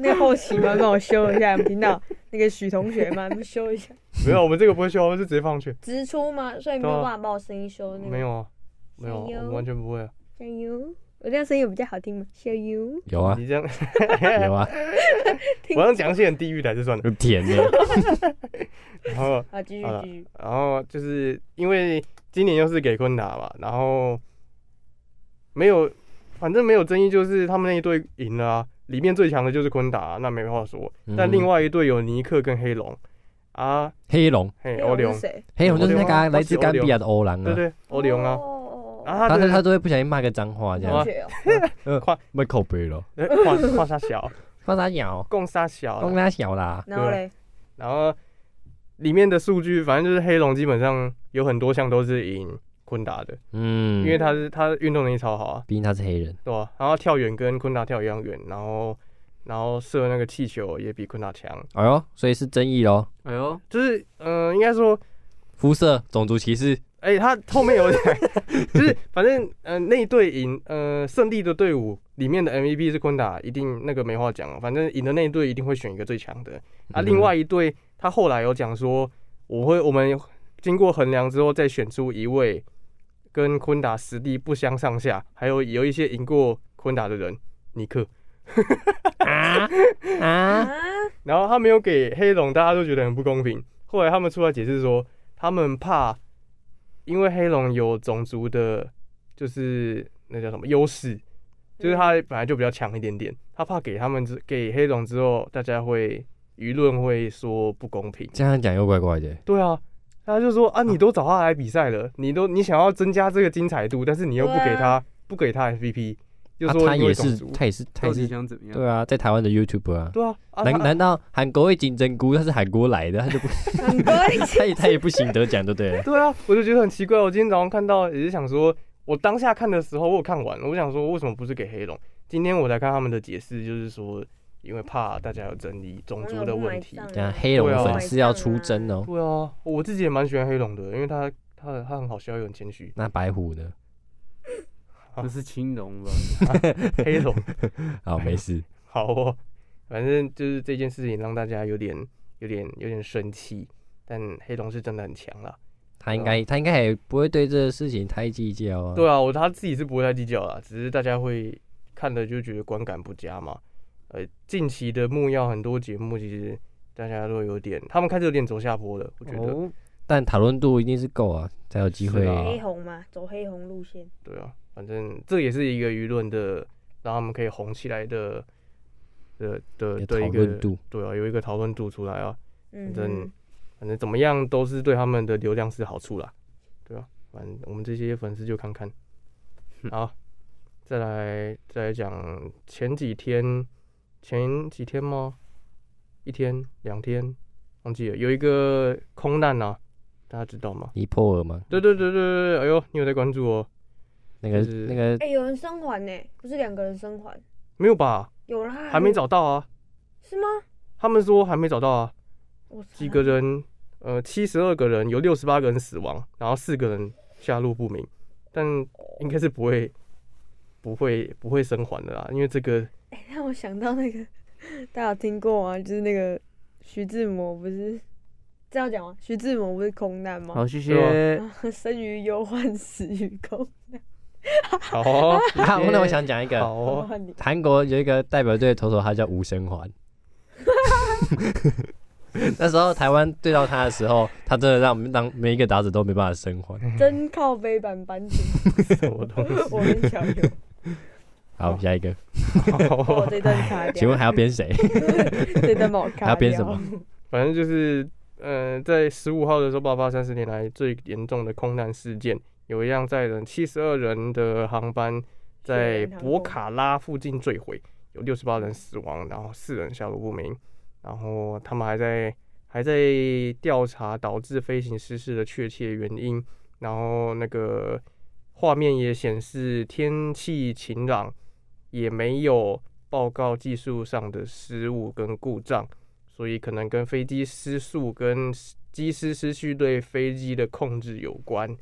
Speaker 8: 那个后期吗？帮我修一下，有听 到那个许同学吗？你修一下。
Speaker 4: 没有，我们这个不会修，我们是直接放去。
Speaker 8: 直出吗？所以没有
Speaker 4: 对啊
Speaker 8: 办法把我声音修那个。
Speaker 4: 没有。啊，没有，我
Speaker 8: 加油
Speaker 4: 们完全不会啊。
Speaker 8: 加油！我这样声音有比较好听吗？加油！
Speaker 13: 有啊
Speaker 4: 你这样
Speaker 13: 有啊，
Speaker 4: 我要讲一些很地狱的还是 算了。
Speaker 13: 甜呢。
Speaker 4: 然后
Speaker 8: 好继续
Speaker 4: 好了
Speaker 8: 继续
Speaker 4: 然后就是因为今年又是给昆达嘛，然后没有，反正没有争议，就是他们那一队赢了啊。里面最强的就是昆达啊、 那没话说。但
Speaker 13: 嗯
Speaker 4: 另外一队有尼克跟黑龙啊，
Speaker 13: 黑龙，
Speaker 4: 嘿，欧
Speaker 8: 哎
Speaker 4: 龙，
Speaker 13: 黑龙就是那个啊
Speaker 4: 欧龙
Speaker 13: 来自
Speaker 4: 欧龙
Speaker 13: 甘比亚的欧郎
Speaker 4: 对
Speaker 13: 啊，
Speaker 4: 对，欧龙
Speaker 8: 哦
Speaker 4: 啊。啊，
Speaker 13: 他
Speaker 4: 的
Speaker 13: 他都会不小心骂个脏话这样，呃，没口碑了，
Speaker 4: 呃 画画沙小，
Speaker 13: 画沙小，
Speaker 4: 共沙小，啊
Speaker 13: 公他小啦，
Speaker 8: 然后嘞，
Speaker 4: 然后里面的数据，反正就是黑龙基本上有很多项都是赢昆达的，
Speaker 13: 嗯，
Speaker 4: 因为他是他运动能力超好啊，
Speaker 13: 毕竟他是黑人，
Speaker 4: 对吧、然后跳远跟昆达跳一样远，然后然后射那个气球也比昆达强，
Speaker 13: 哎呦，所以是争议喽，
Speaker 4: 哎呦，就是嗯、呃应该说，
Speaker 13: 肤色、种族歧视，
Speaker 4: 哎、他后面有点，就是反正嗯、呃那一队赢，呃，胜利的队伍里面的 MVP 是昆达，一定那个没话讲哦，反正赢的那一队一定会选一个最强的，啊，
Speaker 13: 嗯
Speaker 4: 另外一队他后来有讲说，我会我们经过衡量之后再选出一位跟昆达实力不相上下，还有有一些赢过昆达的人，尼克。
Speaker 13: 啊！
Speaker 4: 然后他没有给黑龙，大家都觉得很不公平。后来他们出来解释说，他们怕因为黑龙有种族的，就是那叫什么优势，就 是他本来就比较强一点点，他怕给他们之给黑龙之后，大家会舆论会说不公平。
Speaker 13: 这样讲又怪怪的，
Speaker 4: 对啊，他就说啊，你都找他来比赛了，你都你想要增加这个精彩度，但是你又不给他、不给他 MVP，就
Speaker 13: 啊
Speaker 4: 说
Speaker 13: 他
Speaker 4: 因为
Speaker 13: 也
Speaker 4: 种
Speaker 13: 是
Speaker 4: 族、
Speaker 13: 他也是他也是
Speaker 11: 想怎么样
Speaker 13: 对啊，在台湾的 YouTuber 啊，
Speaker 4: 对啊啊
Speaker 13: 难
Speaker 4: 他
Speaker 13: 难道韩国会金针菇？他是韩国来的，他就不， 他也他也不行得奖，对不对了？
Speaker 4: 对啊，我就觉得很奇怪。我今天早上看到，也是想说，我当下看的时候，我有看完，我想说为什么不是给黑龙？今天我才看他们的解释，就是说因为怕大家有争议 种族的问题。
Speaker 13: 等下黑龙
Speaker 4: 对啊
Speaker 13: 粉丝要出征哦。
Speaker 4: 对啊，我自己也蛮喜欢黑龙的，因为他他他很好笑，又很谦虚。
Speaker 13: 那白虎呢？
Speaker 11: 这是青龙吧？
Speaker 4: 黑龙，
Speaker 13: 好，没事。
Speaker 4: 好哦，反正就是这件事情让大家有点有点有点生气，但黑龙是真的很强啦。
Speaker 13: 他应该他应该也不会对这个事情太计较啊。
Speaker 4: 对啊，我他自己是不会太计较啦，只是大家会看了就觉得观感不佳嘛。呃，近期的木曜很多节目其实大家都有点，他们开始有点走下坡了，我觉得。
Speaker 13: 哦但讨论度一定是够啊，才有机会
Speaker 4: 是。啊
Speaker 8: 黑红嘛，走黑红路线。
Speaker 4: 对啊，反正这也是一个舆论的，让他们可以红起来的的的的一
Speaker 13: 讨
Speaker 4: 个
Speaker 13: 论度
Speaker 4: 对啊，有一个讨论度出来啊。反正、
Speaker 8: 嗯哼
Speaker 4: 反正怎么样都是对他们的流量是好处啦，对啊，反正我们这些粉丝就看看。好，再来再来讲前几天，前几天吗？一天两天，忘记了，有一个空难啊，大家知道吗？
Speaker 13: 尼泊尔吗？
Speaker 4: 对对对对对，哎呦，你有在关注哦？
Speaker 6: 那个那个
Speaker 8: 哎、有人生还呢、不是两个人生还，
Speaker 4: 没有吧？
Speaker 8: 有啦，
Speaker 4: 还没找到啊？
Speaker 8: 是吗？
Speaker 4: 他们说还没找到啊
Speaker 8: 我。操
Speaker 4: 几个人？呃，七十二个人，有六十八个人死亡，然后四个人下落不明，但应该是不会不会不会生还的啦，因为这个
Speaker 8: 哎、让我想到那个，大家有听过吗？就是那个徐志摩不是这样讲吗？徐志摩不是空难吗？
Speaker 4: 好谢谢。
Speaker 11: 啊
Speaker 8: 生于忧患，死于空难。
Speaker 4: 好哦
Speaker 6: 那我那我想讲一个，
Speaker 8: 哦换你
Speaker 6: 韩国有一个代表队投手，他叫吴生环。 那时候台湾对到他的时候，他真的让让每一个打者都没办法生还。
Speaker 8: 真靠背板板子，
Speaker 4: 哦
Speaker 8: 我很想有。
Speaker 6: 好，下一个。
Speaker 8: 哦，这段卡掉。
Speaker 6: 请问还要编谁
Speaker 8: 这段把我卡掉。嗯
Speaker 6: 还要编什么？
Speaker 4: 反正就是，呃，在十五号的时候爆发三十年来最严重的空难事件，有一辆载人七十二人的航班在博卡拉附近坠毁，有六十八人死亡，然后四人下落不明，然后他们还在还在调查导致飞行失事的确切原因，然后那个画面也显示天气晴朗，也没有报告技术上的失误跟故障，所以可能跟飞机失速跟机师失去对飞机的控制有关。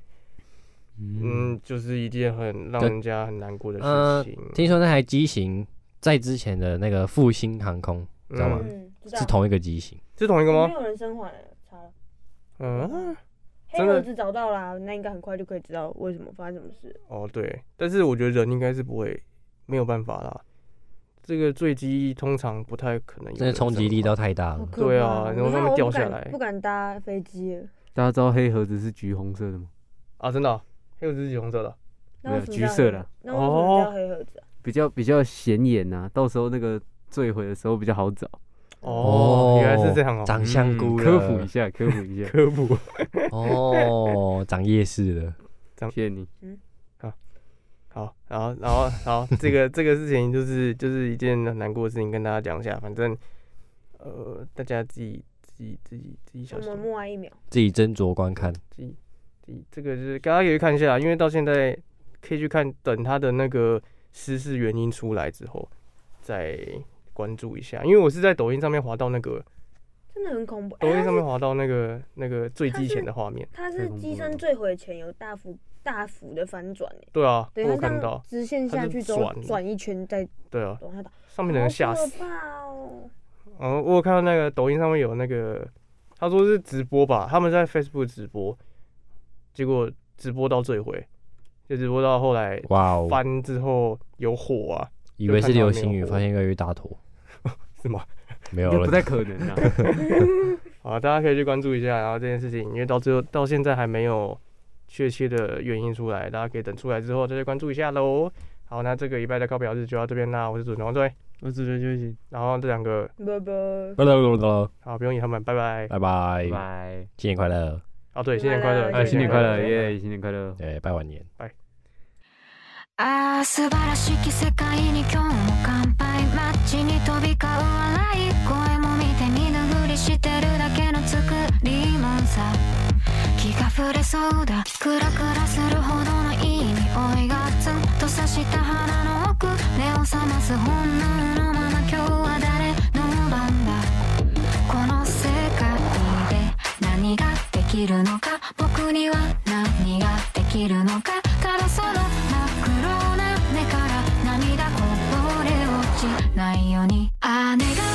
Speaker 4: 嗯，就是一件很让
Speaker 6: 对
Speaker 4: 人家很难过的
Speaker 6: 嗯
Speaker 4: 事情。，
Speaker 6: 听说那台机型在之前的那个复兴航空，知道吗
Speaker 8: 嗯？知道
Speaker 6: 是同一个机型。
Speaker 4: 是同一个
Speaker 8: 没
Speaker 4: 吗？
Speaker 8: 有人生还了，查了。
Speaker 4: 嗯，
Speaker 8: 黑
Speaker 4: 真的
Speaker 8: 盒子找到啦，那应该很快就可以知道为什么发生什么事。
Speaker 4: 哦，对，但是我觉得人应该是不会没有办法啦。这个坠机通常不太可能有人
Speaker 6: 真的冲击力道太大
Speaker 8: 哦
Speaker 6: 了。
Speaker 4: 对啊，然后他
Speaker 8: 那
Speaker 4: 们
Speaker 8: 我
Speaker 4: 掉
Speaker 8: 不
Speaker 4: 下
Speaker 8: 敢
Speaker 4: 来
Speaker 8: 不敢搭飞机了，
Speaker 11: 大家知道黑盒子是橘红色的吗？
Speaker 4: 啊，真的啊，黑盒子是橘红色的啊，
Speaker 8: 那为什么
Speaker 11: 橘
Speaker 8: 叫
Speaker 11: 色
Speaker 8: 黑
Speaker 11: 的
Speaker 8: 那为什
Speaker 4: 哦
Speaker 8: 么叫黑盒子啊？
Speaker 11: 比较比较显眼呐、到时候那个坠毁的时候比较好找。
Speaker 4: 哦原来是这样哦
Speaker 6: 长香菇了
Speaker 11: 嗯科普一下，科普一下，
Speaker 4: 科普。
Speaker 6: 哦，长夜市了。
Speaker 11: 谢谢你。
Speaker 4: 好，然后，然后，然后这个这 个事情就是就是一件很难过的事情，跟大家讲一下。反正，呃，大家自己自己自己自己小
Speaker 8: 我
Speaker 4: 心
Speaker 8: 们。默哀一秒。
Speaker 6: 自己斟酌观 看。
Speaker 4: 自己自己这个就是大家可以去看一下，因为到现在可以去看，等他的那个失事原因出来之后再关注一下。因为我是在抖音上面滑到那个
Speaker 8: 真的很恐怖。
Speaker 4: 抖
Speaker 8: 哎
Speaker 4: 音
Speaker 8: 它
Speaker 4: 上
Speaker 8: 是
Speaker 4: 面滑到那个那个坠机前的画面，
Speaker 8: 它是机身坠毁前有大幅大幅的翻转诶，
Speaker 4: 对啊，我
Speaker 8: 对，
Speaker 4: 有
Speaker 8: 它
Speaker 4: 看
Speaker 8: 这
Speaker 4: 到
Speaker 8: 样直线
Speaker 4: 它
Speaker 8: 下
Speaker 4: 是
Speaker 8: 去之后
Speaker 4: 转
Speaker 8: 转一圈再
Speaker 4: 对啊，
Speaker 8: 往下打，
Speaker 4: 上面的人吓
Speaker 8: 好可
Speaker 4: 死。
Speaker 8: 怕哦！
Speaker 4: 嗯，我有看到那个抖音上面有那个，他说是直播吧，他们在 Facebook 直播，结果直播到坠毁，就直播到后来
Speaker 6: 哇哦
Speaker 4: 翻之后有火啊，
Speaker 6: 以为是流星
Speaker 4: 雨，
Speaker 6: 雨，发现越来越大 坨，
Speaker 4: 是吗？
Speaker 6: 没有
Speaker 11: 应
Speaker 6: 了，
Speaker 11: 该不太 可能啊
Speaker 4: 好，啊大家可以去关注一下，然后这件事情，因为到最后到现在还没有确切的原因出来，大家可以等出来之后再去关注一下喽。好，那这个礼拜的告表日就到这边啦，我是主持人王队，我是主持人休息，然后这两个
Speaker 8: 拜拜。
Speaker 6: 不不不不，
Speaker 4: 好，不用理他们，拜拜，
Speaker 6: 拜拜，
Speaker 11: 拜，
Speaker 6: 新年快乐，
Speaker 4: 啊，对，新年快乐，
Speaker 11: 哎，新年快乐，
Speaker 4: 新年
Speaker 11: 耶！新年快乐，
Speaker 6: 对，拜晚年，
Speaker 4: 拜。
Speaker 5: ああ素晴らしき世界に今日も乾杯街に飛び交う笑い声も見て見ぬふりしてるだけの作りもんさ気が触れそうだクラクラするほどのいい匂いがずっと刺した鼻の奥目を覚ます本能のまま今日は誰の番だこの世界で何ができるのか僕には何ができるのかただその真っ黒な目から涙こぼれ落ちないようにああ願い